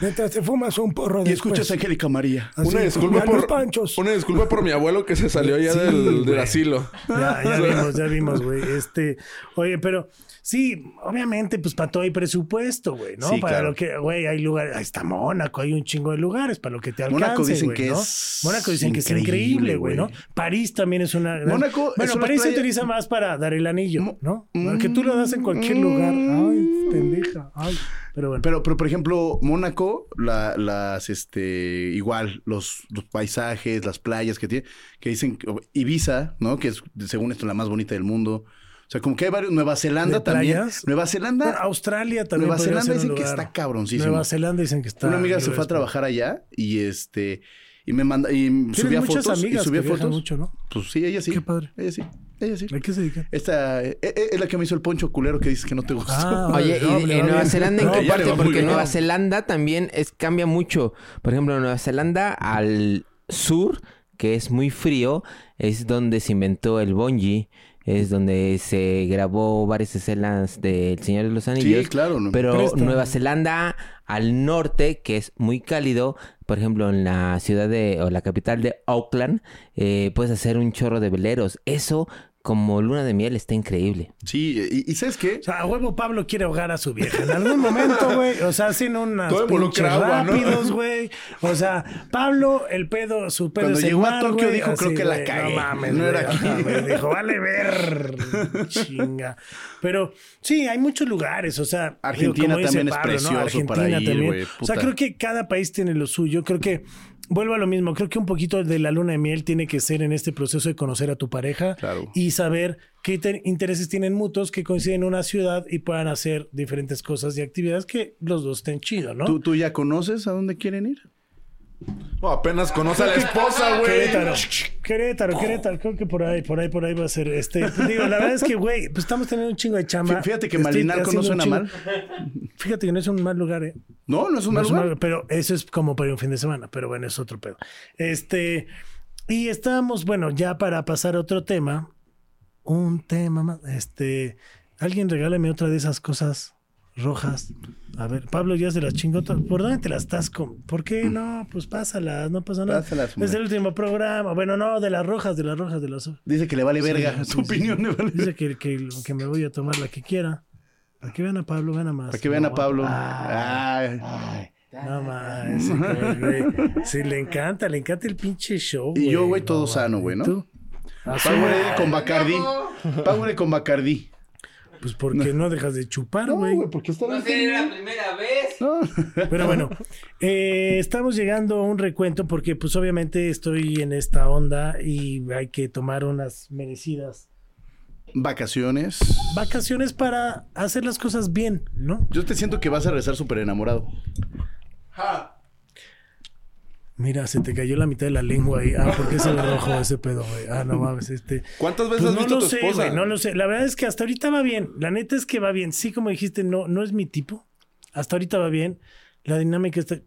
Mientras te fumas un porro
Y
después.
escuchas a Angélica María.
Así,
Una disculpa,
a los
por,
panchos.
una disculpa por mi abuelo que se salió ya
Sí,
del, del
güey.
asilo.
Ya, ya vimos, ya vimos, güey. Este, oye, pero sí, obviamente, pues para todo hay presupuesto, güey, ¿no?
Sí,
para
claro.
lo que, güey, hay lugares, ahí está Mónaco, hay un chingo de lugares para lo que te alcance,
Mónaco dicen
güey,
que
¿no?
es
Mónaco dicen que es
increíble,
increíble, güey, ¿no?
güey.
París también es una. gran-
Mónaco es
Bueno,
una
París se
playa-
utiliza más para dar el anillo,
Mo- Mm.
¿no? Porque tú lo das en cualquier lugar. Ay, pendeja. Ay, pero bueno.
Pero, pero por ejemplo, Mónaco, la- las, este, igual, los, los paisajes, las playas que tiene, que dicen que- Ibiza, ¿no? Que es, según esto, la más bonita del mundo. O sea, como que hay varios, Nueva Zelanda
¿De
también.
playas? Ah,
Nueva Zelanda,
Bueno, Australia también.
Nueva
podría
Zelanda
ser un
dicen que
lugar.
está cabroncísimo.
Nueva Zelanda dicen que está.
una amiga
yo
se fue a
espero.
trabajar allá y este, y me manda, y
Tienes
subía
muchas
fotos, y
amigas
subía
que viajan
fotos.
mucho, ¿no?
Pues sí, ella sí.
Qué padre.
Ella sí, ella sí.
¿A qué se dedican?
Esta eh, eh, es la que me hizo el poncho culero que dices que no te gusta.
Ah,
Oye,
no,
¿y
le
en
va
Nueva
bien.
Zelanda en
No,
qué
ya le
parte?
va muy
Porque
bien.
Nueva Zelanda también es, cambia mucho. Por ejemplo, Nueva Zelanda al sur, que es muy frío, es donde se inventó el bungee. Es donde se grabó varias escenas de El Señor de los Anillos.
Sí, claro, no.
Pero
Preston.
Nueva Zelanda al norte, que es muy cálido, por ejemplo, en la ciudad de, o la capital de Auckland, eh, puedes hacer un chorro de veleros. Eso, como luna de miel, está increíble.
Sí, y, y ¿sabes qué?
O sea, a huevo Pablo quiere ahogar a su vieja. En algún momento, güey. O sea, hacen unas
Todo
pinches
involucra agua, ¿no?
rápidos, güey. O sea, Pablo, el pedo, su pedo
Cuando
es el
llegó a
mar,
Tokio,
güey,
dijo, creo que la
güey,
cagué.
No mames,
No era
güey,
aquí.
ajá, güey, Dijo, vale ver. Chinga. Pero sí, hay muchos lugares. O sea,
Argentina
como dice
también es precioso para ir, güey,
O sea,
puta.
creo que cada país tiene lo suyo. Creo que... Vuelvo a lo mismo, creo que un poquito de la luna de miel tiene que ser en este proceso de conocer a tu pareja
Claro.
y saber qué te- intereses tienen mutuos que coinciden en una ciudad y puedan hacer diferentes cosas y actividades que los dos estén chido, ¿no?
¿Tú, tú ya conoces a dónde quieren ir?
No, apenas conoce a la esposa, güey.
Querétaro, Querétaro, Querétaro, creo que por ahí, por ahí, por ahí va a ser este. Digo, la verdad es que, güey, pues estamos teniendo un chingo de chamba.
Fí- Fíjate que
Estoy
Malinalco
haciendo
no
un
suena
chingo-
mal.
Fíjate que no es un mal lugar, ¿eh?
No, no es un
No
mal
es un
lugar.
mal- pero eso es como para ir un fin de semana, pero bueno, es otro pedo. Este, y estábamos, bueno, ya para pasar a otro tema, un tema más. Este, alguien regálame otra de esas cosas rojas. A ver, Pablo ya se las chingó. to- ¿Por dónde te las estás con? ¿Por qué no? Pues pásalas, no pasa nada.
Pásalas, hombre.
es el último programa. Bueno, no, de las rojas, de las rojas, de las.
Dice que le vale verga.
sí,
tu
sí,
opinión le vale
Dice que, que, que me voy a tomar la que quiera. Para que vean a Pablo, vean a más.
Para que vean a
No, Ah,
Pablo. Ay.
No mames, ese cabrón, güey. Sí, le encanta, le encanta el pinche show.
Y yo, güey,
no
todo
mames.
sano, güey, ¿no?
¿Tú? Así,
Powerade con Bacardi. Powerade con Bacardi.
Pues porque no dejas de chupar,
No,
güey.
güey, porque está
No sería la primera vez.
No.
Pero bueno, eh, estamos llegando a un recuento porque pues obviamente estoy en esta onda y hay que tomar unas merecidas
Vacaciones.
vacaciones para hacer las cosas bien, ¿no?
Yo te siento que vas a rezar súper enamorado.
Mira, se te cayó la mitad de la lengua ahí. Ah, porque se le rojo ese pedo, güey. Ah, no mames, este.
¿Cuántas veces
Pues
has
no
visto
lo
a tu
sé,
esposa?
güey, no lo sé. La verdad es que hasta ahorita va bien. La neta es que va bien. Sí, como dijiste, no, no es mi tipo. Hasta ahorita va bien. La dinámica está.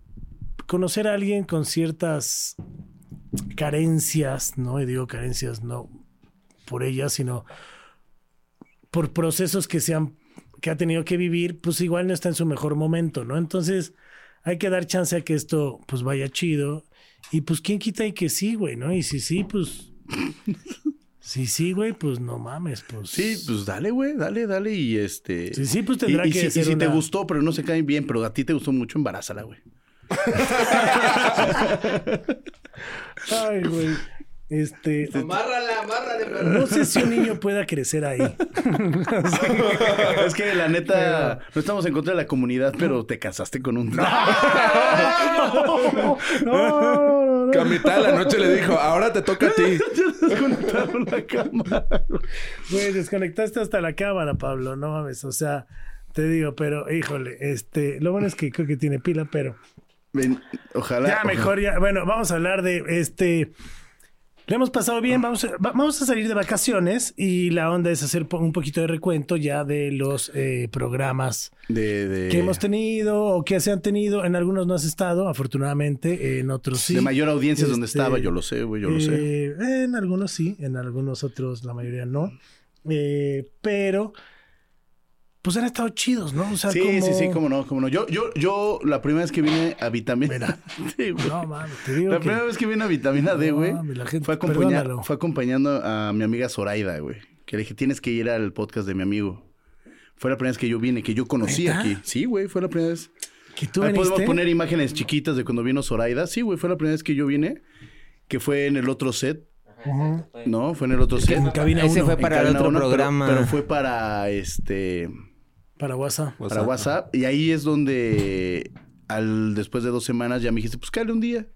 Conocer a alguien con ciertas carencias, ¿no? Y digo carencias no por ellas, sino por procesos que se han, que ha tenido que vivir, pues igual no está en su mejor momento, ¿no? Entonces hay que dar chance a que esto pues vaya chido. Y pues quién quita y que sí, güey, ¿no? Y si sí, pues. Si sí, güey, pues no mames, pues.
Sí, pues dale, güey, dale, dale. Y este.
Sí, sí, pues tendrá
y, y
que
si, y
ser
si te
una-
gustó, pero no se caen bien, pero a ti te gustó mucho, embarázala, güey.
Ay, güey. Este.
Amárrala, amárrala, perro.
No sé si un niño pueda crecer ahí.
es que la neta, no estamos en contra de la comunidad, pero te casaste con un.
No, no, no.
Que a mitad de la noche le dijo, ahora te toca a ti.
Desconectaron la cama.
Güey, desconectaste hasta la cámara, Pablo. No mames. O sea, te digo, pero híjole, este. Lo bueno es que creo que tiene pila, pero.
Ven, ojalá.
Ya mejor, ya. Bueno, vamos a hablar de este. Le hemos pasado bien, vamos a, va- vamos a salir de vacaciones y la onda es hacer po- un poquito de recuento ya de los eh, programas
De, de,
que hemos tenido o que se han tenido. En algunos no has estado, afortunadamente, en otros sí.
de mayor audiencia es donde
Este,
estaba, yo lo sé, güey, yo lo sé.
Eh, En algunos sí, en algunos otros la mayoría no. Eh, pero, pues han estado chidos, ¿no? O sea,
Sí,
como...
sí, sí, cómo no, cómo no. Yo, yo, yo, la primera vez que vine a vitamina.
Mira.
Sí, güey.
No, mames, te digo
La
que-
primera vez que vine a vitamina D,
No,
güey,
mames, la gente-
fue, acompañar-
perdónalo.
fue acompañando a mi amiga Zoraida, güey. Que le dije, tienes que ir al podcast de mi amigo. Fue la primera vez que yo vine, que yo conocí
¿Neta?
aquí. Sí, güey, fue la primera vez.
que tú
Ahí podemos
viniste.
poner imágenes chiquitas de cuando vino Zoraida. Sí, güey, fue la primera vez que yo vine, que fue en el otro set. No, fue en el otro set.
En cabina
Ese
uno,
fue
en
para el
Cadena
otro
Uno, pero-
programa.
Pero, fue para este
Para WhatsApp.
para WhatsApp. Y ahí es donde al después de dos semanas ya me dijiste, pues cale un día.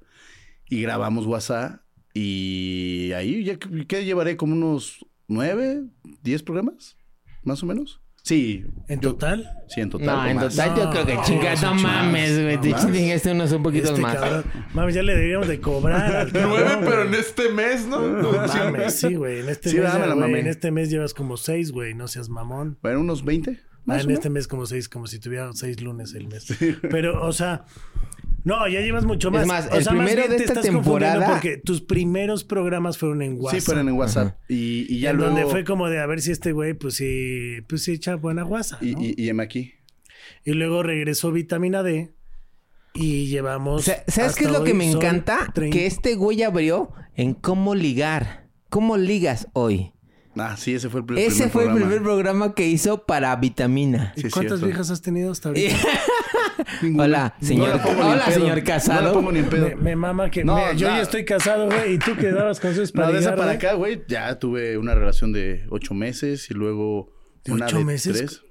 Y grabamos WhatsApp. Y ahí ya que que llevaré como unos nueve, diez programas, más o menos. Sí,
En
yo-
total.
sí, en total.
No,
o
en
más.
total yo
No,
creo que
no,
chingas, no
chingas,
mames, güey. Te
¿Más?
chingaste unos un poquito
Este
más.
cabrón. Mames, ya le deberíamos de cobrar al cabrón,
Nueve,
güey.
pero en este mes, ¿no?
No
No,
mames, sí, güey. En este
Sí,
mes,
dámela,
ya, güey,
mame.
en este mes llevas como seis, güey. No seas mamón.
Bueno, unos 20.
Ah,
Más o
en
menos.
este mes como seis, como si tuviera seis lunes el mes. Pero, o sea, no, ya llevas mucho más.
Es más,
o
el
sea,
primero
bien
de
te
esta
estás confundiendo
temporada-
Porque tus primeros programas fueron en WhatsApp.
Sí, fueron en WhatsApp. Y, y ya
en
luego...
donde fue como de a ver si este güey, pues sí, pues sí echa buena guasa.
y,
¿no?
y, y heme aquí.
Y luego regresó vitamina D y llevamos.
O sea, ¿Sabes qué es
hasta
lo que
hoy
me
son
encanta?
30.
Que este güey abrió en cómo ligar. ¿Cómo ligas hoy?
Ah, sí, ese fue el pr- primer
Ese fue el
programa.
primer programa que hizo para Vitamina.
¿Y
Sí, es
cuántas
cierto.
viejas has tenido hasta ahorita?
Eh,
Ninguna.
Hola, señor-
No la pongo ni en
hola,
pedo.
señor
No
Casado.
la pongo ni en pedo.
me, me mama que.
No,
mira, yo
no.
ya estoy casado, güey, y tú quedabas con sus
No, de esa
¿eh?
para acá, güey, ya tuve una relación de ocho meses y luego
¿De
una
ocho
de
meses?
tres.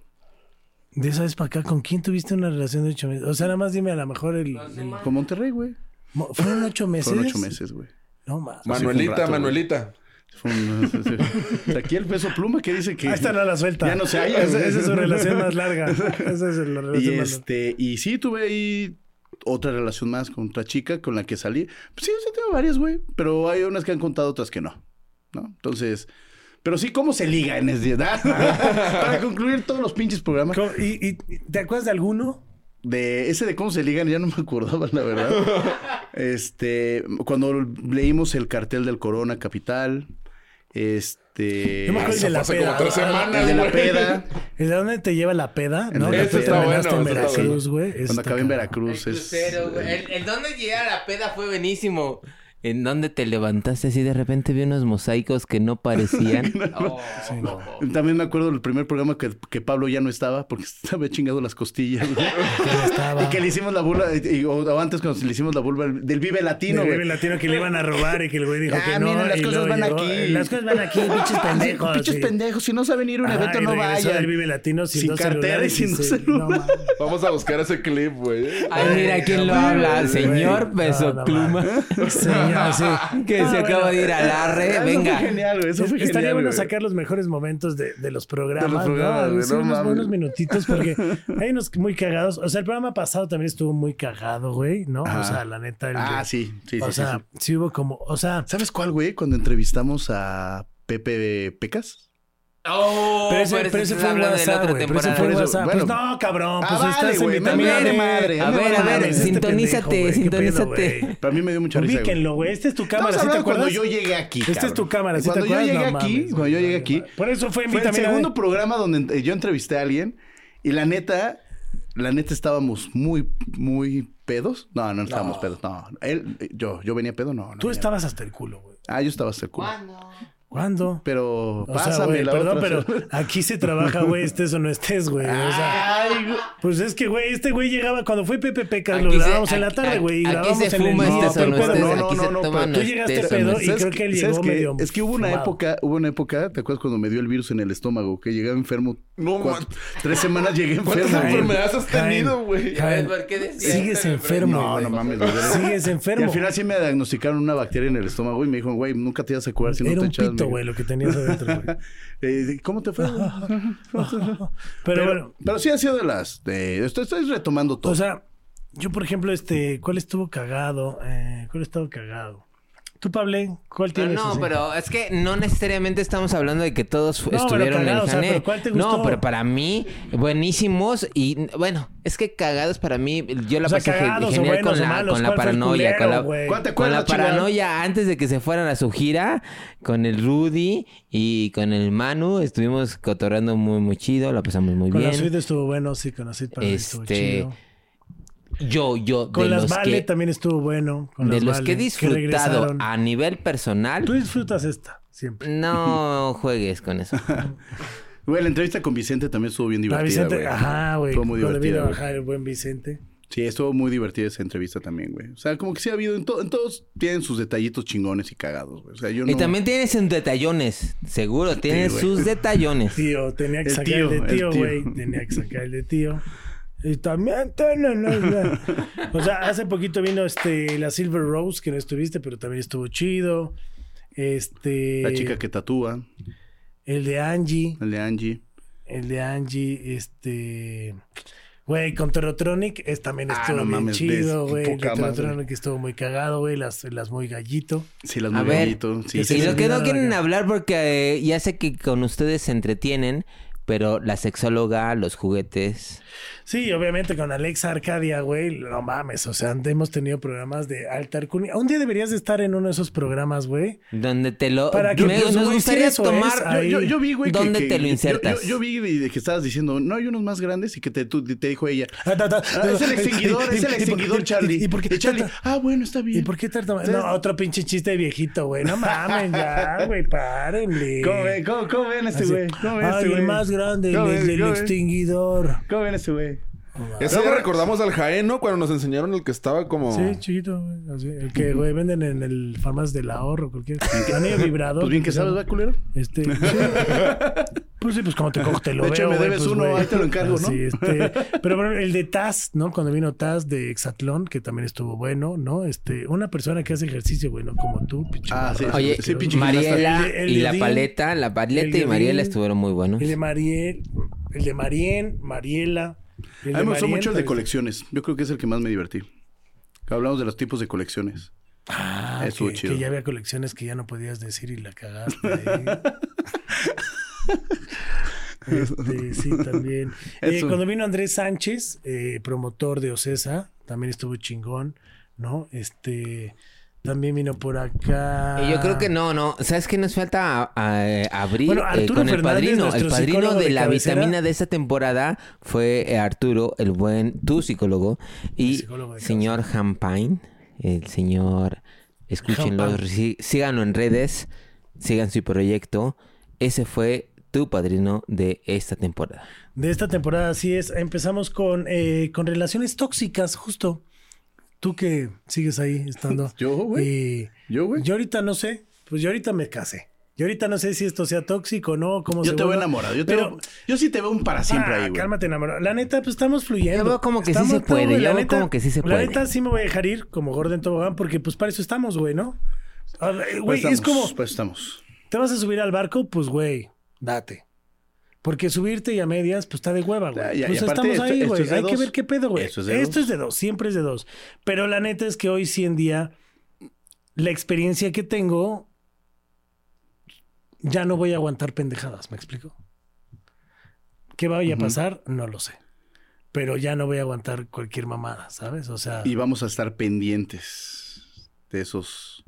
De esa vez para acá, ¿con quién tuviste una relación de ocho meses? O sea, nada más dime, a lo mejor el. el-
Con Monterrey, güey.
mo- ¿Fueron ocho meses?
Fueron ocho meses, güey.
No más.
Manuelita,
Manuelita,
Manuelita.
Manuelita.
Fue un- O sea, Aquí el peso pluma que dice que...
Ah, esta no la suelta.
Ya no se halla,
Esa,
güey.
esa es su relación más larga. Esa es la relación
Y
más larga.
este, y sí, tuve ahí otra relación más con otra chica con la que salí. Pues sí, sí, tengo varias, güey. Pero hay unas que han contado, otras que no. ¿No? Entonces. Pero sí, ¿cómo se liga en ese día? Para concluir todos los pinches programas.
¿Cómo- ¿Y, y- y- te acuerdas de alguno?
De ese de cómo se ligan, ya no me acordaba, la verdad. Este, cuando leímos el cartel del Corona Capital, este.
Yo me acuerdo
Eso
de la
fue
peda.
como tres
El
semanas,
de la
güey.
peda.
¿El de dónde te lleva la peda?
El
¿No?
de-
La
Ese
que
está
terminaste
bueno,
en
ese está
Veracruz, güey. Este, Ese
Cuando
está
acabé en
cabrón.
Veracruz.
El
es-
crucero, güey. El, el dónde llegar a la peda fue buenísimo.
En donde te levantaste así de repente vi unos mosaicos que no parecían.
Oh,
También me acuerdo del primer programa que, que Pablo ya no estaba porque se había chingado las costillas. güey.
estaba.
y que le hicimos la burla, y- y- o, o antes cuando le hicimos la burla del Vive
Del
Latino,
bebé
güey.
latino que le iban a robar y que el güey dijo
Ah,
que no.
miren, las
y
cosas
luego
van
llegó,
aquí.
Las cosas van aquí, pinches pendejos.
Pinches
y-
pendejos, si no saben ir a un
Ajá,
evento,
y
no
regresó
vayan.
del Vive Latino sin,
Sin
dos
cartera y
celulares
sin dos
se- no
celulares.
mames.
Vamos a buscar ese clip, güey.
Ah,
Ay, mira quién lo habla, señor
Güey,
Peso
no, no,
Pluma.
Señor, sí.
Que
No,
se
bueno.
acaba de ir al arre.
Eso
Venga.
fue genial, güey. Eso fue
Estaría
genial.
bueno
güey.
sacar los mejores momentos de, de los programas.
De los programas,
¿no?
güey,
Sí,
no
unos
mames.
buenos minutitos porque hay unos muy cagados. O sea, el programa pasado también estuvo muy cagado, güey, ¿no? O
Ajá.
sea, la neta. el
Ah,
de-
sí, sí,
O
sí, sí,
sea,
sí.
sí, hubo como. O sea,
¿Sabes cuál, güey? Cuando entrevistamos a Pepe Pecas.
Oh,
pero ese, pero ese
estás
fue en
hablando de la
WhatsApp,
otra
güey. Pero ese
temporada.
fue en
Por eso,
WhatsApp.
bueno.
Pues no, cabrón.
Ah,
Pues
vale,
estás en
güey, me
vitamina
vale
D.
madre,
A
me
ver,
vale
a ver,
madre.
Este pendejo,
sintonízate,
güey, qué pedo,
sintonízate.
güey.
Para mí me dio mucha risa. güey. Este
Ubíquenlo, güey. Esta es tu cámara.
Estamos
¿sí te
hablando cuando
acuerdas?
yo llegué aquí.
Esta es
cabrón.
tu cámara. ¿sí te
Cuando yo
acuerdas?
llegué
No
aquí,
mames,
cuando yo
güey,
llegué
no
aquí,
mames. Por eso fue en
Fue el
vitamina D.
segundo programa donde eh, yo entrevisté a alguien y la neta, la neta estábamos muy, muy pedos. No, no estábamos pedos, no. Él, eh, yo, yo venía pedo, no. no
Tú
venía.
estabas hasta el culo, güey.
Ah, yo estaba hasta el culo.
¿Cuándo?
Pero
O sea,
pásame
güey,
la
perdón,
otra.
pero aquí se trabaja, güey, estés o no estés, güey. O sea,
Ay, güey.
pues es que, güey, este güey llegaba cuando fue Pepe Pecas,
Aquí
lo
se-
grabábamos en la
aquí-
tarde, güey, y
aquí
grabamos
se
en el
fuma
día,
este
todo el
o no
pedo.
estés,
no, no,
aquí se este
no, no,
toma
pero
no
tú llegaste
estés,
este pedo
o no
y
estés.
¿Sabes
creo que él
qué?
llegó
¿Sabes qué?
medio
Es que hubo una
fumado.
época, hubo una época, ¿te acuerdas cuando me dio el virus en el estómago? Que llegaba enfermo.
No,
cuatro-
man.
tres semanas llegué
¿Cuántas
enfermo. güey.
enfermedades has
Jaén,
tenido, güey?
Jaén,
¿Por qué decías?
Sigues enfermo,
No,
güey.
no mames, güey.
Sigues
Y
enfermo.
al final sí me diagnosticaron una bacteria en el estómago y me dijo, güey, nunca te ibas a curar si
Era
no
un
te echabas.
pito,
mi-
güey, lo que tenías adentro, güey.
Eh, ¿Cómo te fue?
Pero,
pero,
bueno, Pues,
pero sí ha sido de las. De, esto estoy retomando todo.
o sea, yo, por ejemplo, este, ¿cuál estuvo cagado? Eh, ¿Cuál estuvo cagado? Tú, Pable, ¿cuál
Pero
tienes?
no,
así?
pero es que no necesariamente estamos hablando de que todos
No,
fu-
pero
estuvieron en
cagado,
el
o sea,
Jané.
pero ¿cuál te gustó?
No, pero para mí, buenísimos y bueno, es que cagados para mí, yo la
O sea,
pasé ge-
cagados o
genial
buenos
con,
o
la,
malos,
con la
¿cuál fue el
paranoia,
culero,
con
güey?
la,
¿Cuál te
con la
acuerdas, chingada?
paranoia antes de que se fueran a su gira con el Rudy y con el Manu, estuvimos cotorreando muy muy chido, la pasamos muy
Con la
bien.
suite estuvo bueno, sí, con la suite para mí estuvo
Este,
chido.
Yo yo
Con
de
las
los
Vale
que
también estuvo bueno. Con
de
las
los
Vale,
que he disfrutado
regresaron.
a nivel personal,
Tú disfrutas esta siempre.
no juegues con eso.
Güey, la entrevista con Vicente también estuvo bien
La
divertida.
Vicente,
güey.
ajá, güey.
Estuvo muy
cuando vino
divertida.
a
güey.
bajar el buen Vicente.
Sí, estuvo muy divertida esa entrevista también, güey. O sea, como que sí ha habido. En, to- en todos tienen sus detallitos chingones y cagados, güey. O sea, yo no.
Y también tiene sus detallones, seguro, tiene
güey.
sus detallones.
Tío, tenía que
El
sacar
tío,
el de
el
tío,
tío.
güey. Tenía que sacar el de tío. Y también tienen. ¿no? O sea, hace poquito vino este la Silver Rose, que no estuviste, pero también estuvo chido. Este.
La chica que tatúa,
El de Angie.
el de Angie.
El de Angie, este. Güey, con Terotronic es, también
Ah,
estuvo
no
bien
mames,
chido,
ves,
güey. El de
poca madre.
Terotronic estuvo muy cagado, güey. Las, las muy gallito.
Sí, las
A
muy
ver,
bonito. Sí,
y
sí,
y
sí.
lo que no
Nada,
quieren
ya.
hablar porque eh, ya sé que con ustedes se entretienen, pero la sexóloga, los juguetes.
Sí, obviamente con Alexa Arcadia, güey. No mames, o sea, hemos tenido programas de alta alcurnia. Un día deberías de estar en uno de esos programas, güey.
Donde te lo.
Para que
me-
los
nos
güeyes
gustaría
eso es,
tomar.
ahí.
Yo, yo vi, güey, que-
¿Dónde
que-
te lo
yo-
insertas?
Yo, yo vi de- de que estabas diciendo, no, hay unos más grandes y que te, tú- te dijo ella. "Ah, es el extinguidor, es el extinguidor, Charlie.
¿Y por qué?
Y Charlie,
tanta-
ah, bueno, está bien.
¿Y por qué tanto?
¿Sabes?
No, otro pinche chiste de viejito, güey. No mamen ya, güey, párenle.
¿Cómo ven, cómo, cómo ven este
Así,
güey? ¿Cómo ven
Ay,
este
el
güey?
más grande, el,
¿Cómo ven?
el- el
¿Cómo ven?
extinguidor.
¿Cómo ven este güey?
Ese día recordamos al Jaén, ¿no? Cuando nos enseñaron el que estaba como...
Sí, chiquito, güey. así. El que, güey, venden en el farmacia del ahorro, cualquier. Anillo vibrador.
Pues bien que sabes, ¿verdad, culero?
Este. sí. Pues sí, pues como te cojo, te lo
De hecho,
veo,
me
güey,
debes
pues,
uno,
güey.
ahí te lo encargo, ¿no?
Así, este, pero bueno, el de Taz, ¿no? Cuando vino Taz de Exatlón, que también estuvo bueno, ¿no? Este, una persona que hace ejercicio, güey, no como tú, pinche.
Ah, sí.
marrano.
Oye,
Sí, pinche
Mariela
gimnasta. El- el
y
de
la
Odín,
paleta, la
el
paleta
de
y Mariela
Odín,
estuvieron muy buenos.
El de Mariel, el de Mariel, Mariela. el este,
A mí me gustó
Mariel,
mucho el de
parece-
colecciones. Yo creo que es el que más me divertí. Hablamos de los tipos de colecciones.
Ah,
Estuvo
que,
chido.
que ya había colecciones que ya no podías decir y la cagaste. ¿eh? ahí. Este, sí, también. Eh,
Eso.
cuando vino Andrés Sánchez, eh, promotor de Ocesa, también estuvo chingón, ¿no? Este, también vino por acá.
Y yo creo que no, no. ¿Sabes qué nos falta a- a- eh, abrir
Ah. Bueno,
eh,
Arturo
con el
Fernández,
padrino?
nuestro
El padrino
psicólogo
de
de
la
cabecera.
vitamina de esta temporada fue eh, Arturo, el buen, tu psicólogo,
El
y
psicólogo de
señor Hampine, el señor, escúchenlo,
Hampine.
sí- síganlo en redes, sigan su proyecto. Ese fue tu padrino de esta temporada.
De esta temporada, así es. Empezamos con, eh, con relaciones tóxicas, justo. Tú que sigues ahí estando.
Yo, güey.
Y-
Yo, güey.
Yo ahorita no sé, pues yo ahorita me casé. Yo ahorita no sé si esto sea tóxico o no, cómo
Yo
se
te veo
vuelva.
enamorado. Yo, te
Pero-
veo- yo sí te veo un para siempre
Ah,
ahí, güey.
Cálmate, enamorado. La neta, pues estamos fluyendo.
Ya veo como que sí
Estamos-
se puede,
güey,
ya
la
veo como que sí se
La
puede.
neta sí me voy a dejar ir como Gordon Tobogán porque pues para eso estamos, güey, ¿no? A ver, Güey,
Pues
es como,
estamos, Pues estamos.
¿te vas a subir al barco? Pues, güey, date. Porque subirte y a medias, pues está de hueva, güey.
Ah, ya, y
Pues estamos
aparte, esto-
ahí,
esto
güey.
es de
Hay que
dos.
ver qué pedo, güey.
Esto es de
esto
dos.
es de dos, siempre es de dos. Pero la neta es que hoy sí en día, la experiencia que tengo, ya no voy a aguantar pendejadas, ¿me explico? ¿Qué vaya a pasar? No lo sé. Pero ya no voy a aguantar cualquier mamada, ¿sabes? O sea,
Y vamos a estar pendientes de esos.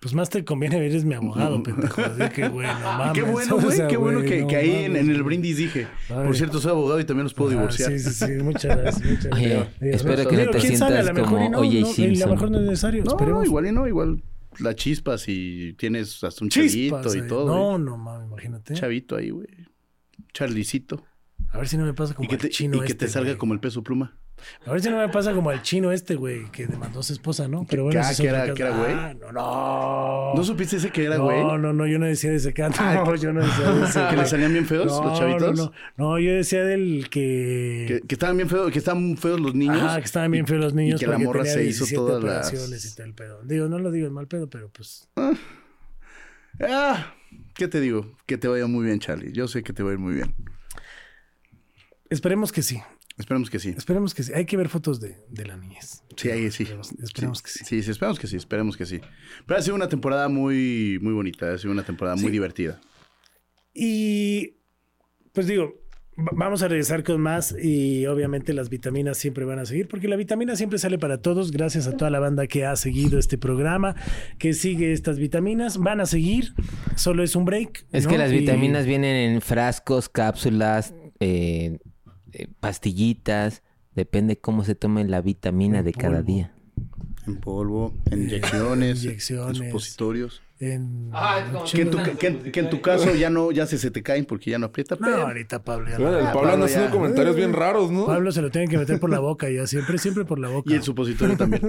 pues más te conviene eres mi abogado, pendejo. Así que, güey, no mames.
qué
Ah,
bueno,
O
güey.
sea,
qué bueno
güey,
que,
no
que ahí en,
mames,
en el
güey.
brindis dije.
Ay.
Por cierto, soy abogado y también los puedo
Ah,
divorcias.
Sí, sí, sí. Muchas gracias. Muchas
Oye,
gracias.
espero que no
Digo,
te
¿quién sabe? A lo
sientas
mejor y
como
no,
O.J.
no, y A
Simpson.
lo mejor no es necesario.
No,
Esperemos.
igual y no, igual las chispas y tienes hasta un
Chispas,
chavito y
eh.
todo.
No,
güey.
no, mames, imagínate.
Chavito ahí, güey. Charlicito.
A ver si no me pasa
Y
como
que te,
al chino
y que
este.
te salga
güey.
como el peso pluma.
A ver si no me pasa como al chino este, güey, que demandó a su esposa, ¿no? Pero bueno,
que-
eso es
que
otra
era-
cosa.
que era güey.
Ah, no, no.
¿No supiste ese que era, güey? Ah,
No, no, no, yo no decía de ese canto. No, yo no decía de ese.
que le salían bien feos los chavitos.
No, no, no, yo decía del que.
Que, que estaban bien feos, que estaban feos los niños.
Ah, que estaban bien feos los niños.
Y que la
porque
morra
tenía
se hizo
17
todas las-
operaciones y todo el pedo. Digo, no lo digo en mal pedo, pero pues.
Ah, ¿qué te digo? Que te vaya muy bien, Charlie. Yo sé que te va a ir muy bien.
Esperemos que sí.
Esperemos que sí.
Esperemos que sí. Hay que ver fotos de, de la niñez.
Sí, ahí sí.
Esperemos- esperemos
Sí,
que sí.
Sí, sí, esperemos que sí, esperemos que sí. Pero ha sido una temporada muy, muy bonita, ha sido una temporada muy divertida.
Y pues digo, va- vamos a regresar con más y obviamente las vitaminas siempre van a seguir porque la vitamina siempre sale para todos. Gracias a toda la banda que ha seguido este programa, que sigue estas vitaminas. Van a seguir, solo es un break.
Es
¿no?
que las
Y-
vitaminas vienen en frascos, cápsulas, eh, eh, pastillitas. Depende cómo se tome la vitamina de cada
polvo.
día.
En polvo, en inyecciones,
Eh, Inyecciones.
en supositorios.
en-
Ah, es como-
Que en, tu, ca- que en- que en tu caso ya no, ya se, se te caen porque ya no aprieta.
No,
pero-
ahorita Pablo ya no.
Bueno, el Pablo
Pablo
anda
ya.
haciendo comentarios bien raros, ¿no?
Pablo se lo tienen que meter por la boca ya, siempre, siempre por la boca.
y el supositorio también.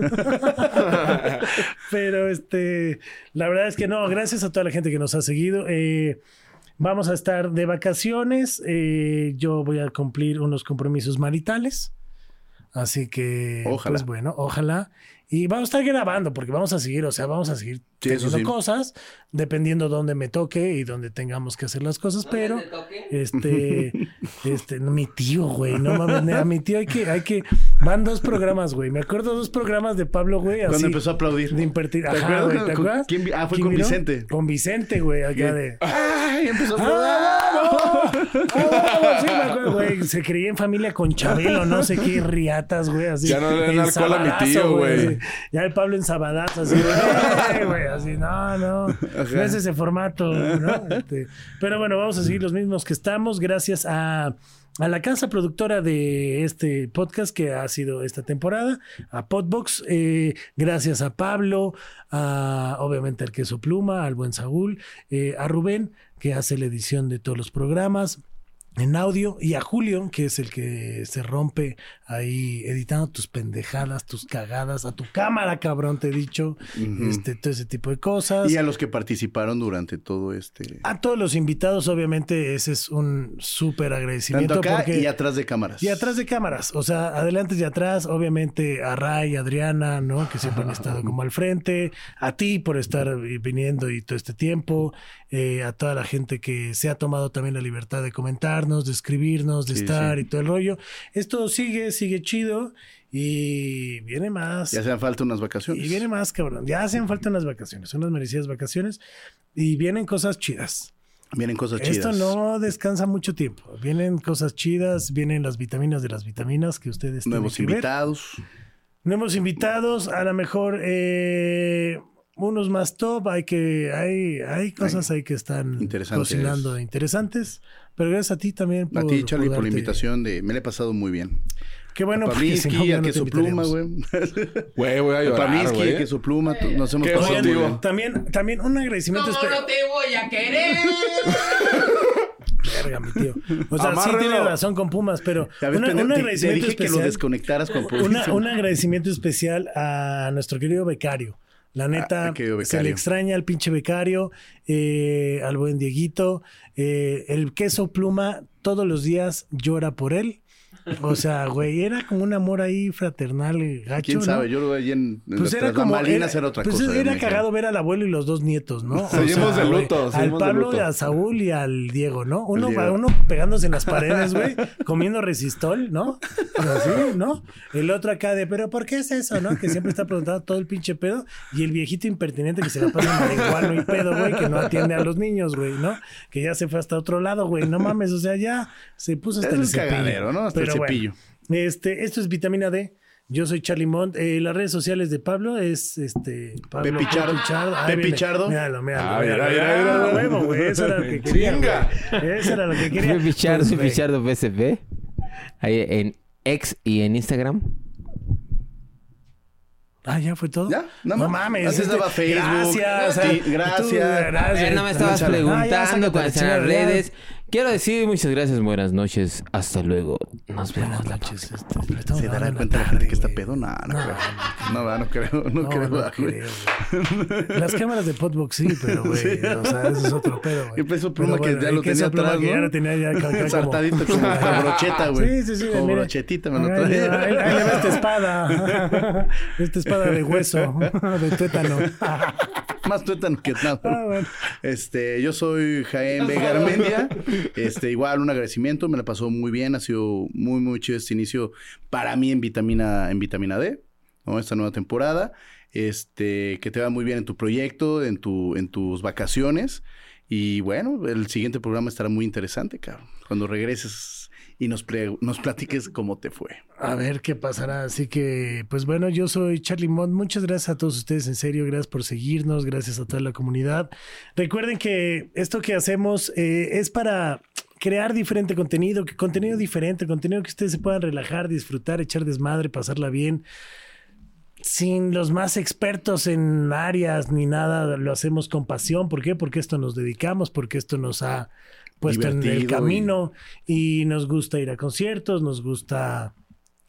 Pero este, la verdad es que no, gracias a toda la gente que nos ha seguido. Eh, vamos a estar de vacaciones. Eh, yo voy a cumplir unos compromisos maritales. Así que,
Ojalá.
pues bueno, ojalá. Y vamos a estar grabando porque vamos a seguir, o sea, vamos a seguir
Sí, eso
haciendo
sí.
cosas, dependiendo dónde me toque y dónde tengamos que hacer las cosas, pero... Este, este, no, mi tío, güey, no mames, ne- a mi tío hay que, hay que, van dos programas, güey. Me acuerdo dos programas de Pablo, güey, así.
Cuando empezó a aplaudir.
De imperti-
¿Te
Ajá,
acuerdas?
güey,
Con-
¿te acuerdas?
¿quién vi- ah, fue
¿Quién
con
vino?
Vicente. ¡Ah!
Con Vicente, güey, acá de.
¡Ay! Empezó a aplaudir.
¡Ah, vamos! ¡Ah, vamos! Sí, me acuerdo, güey. Se creía en familia con Chabelo, no sé qué riatas, güey. Así,
Ya no le den
En
alcohol a mi
sabadazo,
tío, güey.
así. Ya el Pablo en sabadazo, así, güey, güey. Así, no, no. No es ese formato, ¿no? Este, pero bueno, vamos a seguir los mismos que estamos, gracias a. A la casa productora de este podcast que ha sido esta temporada, a Podbox, eh, gracias a Pablo, a, obviamente al Queso Pluma, al buen Saúl, eh, a Rubén, que hace la edición de todos los programas en audio, y a Julio, que es el que se rompe ahí editando tus pendejadas, tus cagadas, a tu cámara, cabrón, te he dicho, este, todo ese tipo de cosas.
Y a los que participaron durante todo este.
A todos los invitados, obviamente, ese es un súper agradecimiento.
Tanto acá
porque...
y atrás de cámaras.
Y atrás de cámaras, o sea, adelante y atrás, obviamente a Ray, a Adriana, ¿no? Que siempre han estado como al frente, a ti por estar eh, viniendo y todo este tiempo, eh, a toda la gente que se ha tomado también la libertad de comentarnos, de escribirnos, de
Sí,
estar
sí.
y todo el rollo. Esto sigue, sigue chido y viene más.
Ya hacen falta unas vacaciones.
Y viene más, cabrón. Ya hacen falta unas vacaciones, unas merecidas vacaciones y vienen cosas chidas.
Vienen cosas chidas.
Esto no descansa mucho tiempo. Vienen cosas chidas, vienen las vitaminas de las vitaminas que ustedes tienen
Nuevos
que ver.
invitados.
Nuevos invitados, a lo mejor eh, unos más top. Hay que hay hay cosas ahí que están
Interesantes.
cocinando interesantes. Pero gracias a ti también.
A ti, Charlie, por la
darte-
invitación de. Me la he pasado muy bien.
Qué bueno,
a
porque si no,
Pablinsky,
ya
a
no te
Queso Pluma,
invitaríamos.
güey.
Güey, voy a
A
llorar,
Pablinsky, a
güey.
Queso Pluma. tú- Nos hemos
Qué
pasado muy
emotivo.
bien.
También, también un agradecimiento.
¿Cómo
espe-
no te voy a querer?
Verga, mi tío. O sea, sí
Amárrelo.
tiene razón con Pumas, pero
Ya ves,
una-
pendejo,
un
te- te,
agradecimiento
dije que lo
especial.
desconectaras con
Una- un agradecimiento especial a nuestro querido becario. La neta,
Ah, querido
se le
becario.
extraña al pinche becario, eh, al buen Dieguito. eh, el queso pluma todos los días llora por él. O sea, güey, era como un amor ahí fraternal, eh, gacho.
¿Quién
¿no?
sabe? Yo lo veía en. en
Pues
las
era como.
bambalinas era otra
pues
cosa. yo me
era
imagino.
cagado ver al abuelo y los dos nietos, ¿no? O
Seguimos de
güey,
luto,
Al
seguimos de
Pablo,
luto.
a Saúl y al Diego, ¿no? Uno,
Al Diego.
uno pegándose en las paredes, güey, comiendo resistol, ¿no? Así, ¿no? El otro acá de, ¿pero por qué es eso, no? Que siempre está preguntando todo el pinche pedo. Y el viejito impertinente que se la pasa marihuano y pedo, güey, que no atiende a los niños, güey, ¿no? Que ya se fue hasta otro lado, güey. No mames, o sea, ya se puso hasta
Es
el
un
cepillo.
cagadero, ¿no? Hasta el
Pero bueno.
cepillo.
Este, esto es vitamina D. Yo soy Charlie Mont. Eh, las redes sociales de Pablo es este Pablo
Pepe Chardo.
Ay,
Pepe
viene.
Chardo.
Míralo, míralo.
Ah,
míralo,
mira, mira,
míralo,
mira.
huevo, güey. Eso era lo que
En
quería.
chinga.
güey. Eso era lo que quería.
Soy Pichardo,
Pues,
soy
güey,
Pichardo PSP. Ahí en X y en Instagram.
Ah, ya fue todo.
Ya, nada
no
más.
mames. este,
Así estaba Facebook.
Gracias.
Sí,
o sea,
gracias.
Eh, no me estabas
Ah, ya,
preguntando
sácate
cuáles
la
eran las
chingada, ya.
redes. Quiero decir muchas gracias, buenas noches. Hasta luego. Nos vemos
Buenas
la
noches. este, le estamos
¿Se dará
dando
cuenta la
tarde,
gente que está
güey.
pedo? No, no
No,
creo. No, va, no creo. No,
No,
creo.
no
va, güey.
creo, güey. Las cámaras de Podbox sí, pero güey, o sea, eso es otro pedo, güey.
El peso
Pero
pluma pues, que
bueno,
ya
el
lo
queso
tenía
pluma
atrás,
que ya
¿no?
lo tenía ya acá- acá como-
Saltadito como como brocheta, güey.
Sí, sí, sí.
Como
mira.
brochetita me lo
Ahí le va, Ahí
traía.
ahí le va esta espada. Esta espada de hueso, de tuétano.
más tuetan que nada.
Ah, bueno.
Este, yo soy Jaén Vega Armendia. Este, igual un agradecimiento, me la pasó muy bien, ha sido muy, muy chido este inicio para mí en vitamina, en vitamina D, ¿no? Esta nueva temporada. Este, que te va muy bien en tu proyecto, en tu, en tus vacaciones. Y bueno, el siguiente programa estará muy interesante, cabrón. Cuando regreses y nos, pre- nos platiques cómo te fue.
A ver qué pasará. Así que, pues bueno, yo soy Charlie Mont. Muchas gracias a todos ustedes, en serio. Gracias por seguirnos. Gracias a toda la comunidad. Recuerden que esto que hacemos eh, es para crear diferente contenido, que- contenido diferente, contenido que ustedes se puedan relajar, disfrutar, echar desmadre, pasarla bien. Sin los más expertos en áreas ni nada, lo hacemos con pasión. ¿Por qué? Porque esto nos dedicamos, porque esto nos ha puesto en el
Divertido y-
camino y nos gusta ir a conciertos, nos gusta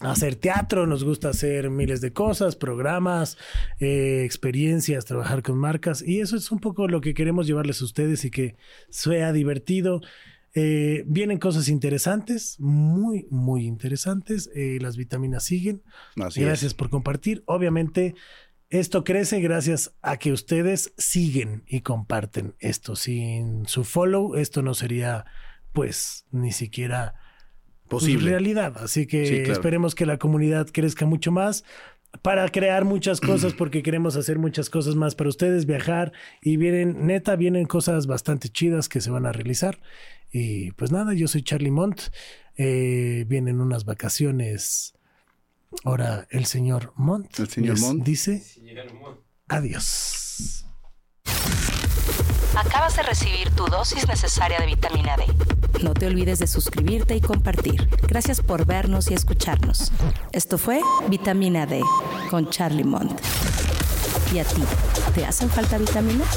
hacer teatro, nos gusta hacer miles de cosas, programas, eh, experiencias, trabajar con marcas y eso es un poco lo que queremos llevarles a ustedes y que sea divertido. Eh, vienen cosas interesantes, muy, muy interesantes. Eh, las vitaminas siguen.
Así es.
gracias por compartir. Obviamente, esto crece gracias a que ustedes siguen y comparten esto. Sin su follow, esto no sería, pues, ni siquiera Pues
Posible.
realidad. Así que
Sí, claro.
esperemos que la comunidad crezca mucho más para crear muchas cosas, porque queremos hacer muchas cosas más para ustedes, viajar y vienen, neta, vienen cosas bastante chidas que se van a realizar. Y pues nada, yo soy Charlie Mont. Eh, vienen unas vacaciones. Ahora el señor Mont.
El señor
les
Mont.
Dice adiós.
Acabas de recibir tu dosis necesaria de vitamina D. No te olvides de suscribirte y compartir. Gracias por vernos y escucharnos. Esto fue Vitamina D con Charlie Mont. ¿Y a ti? ¿Te hacen falta vitaminas?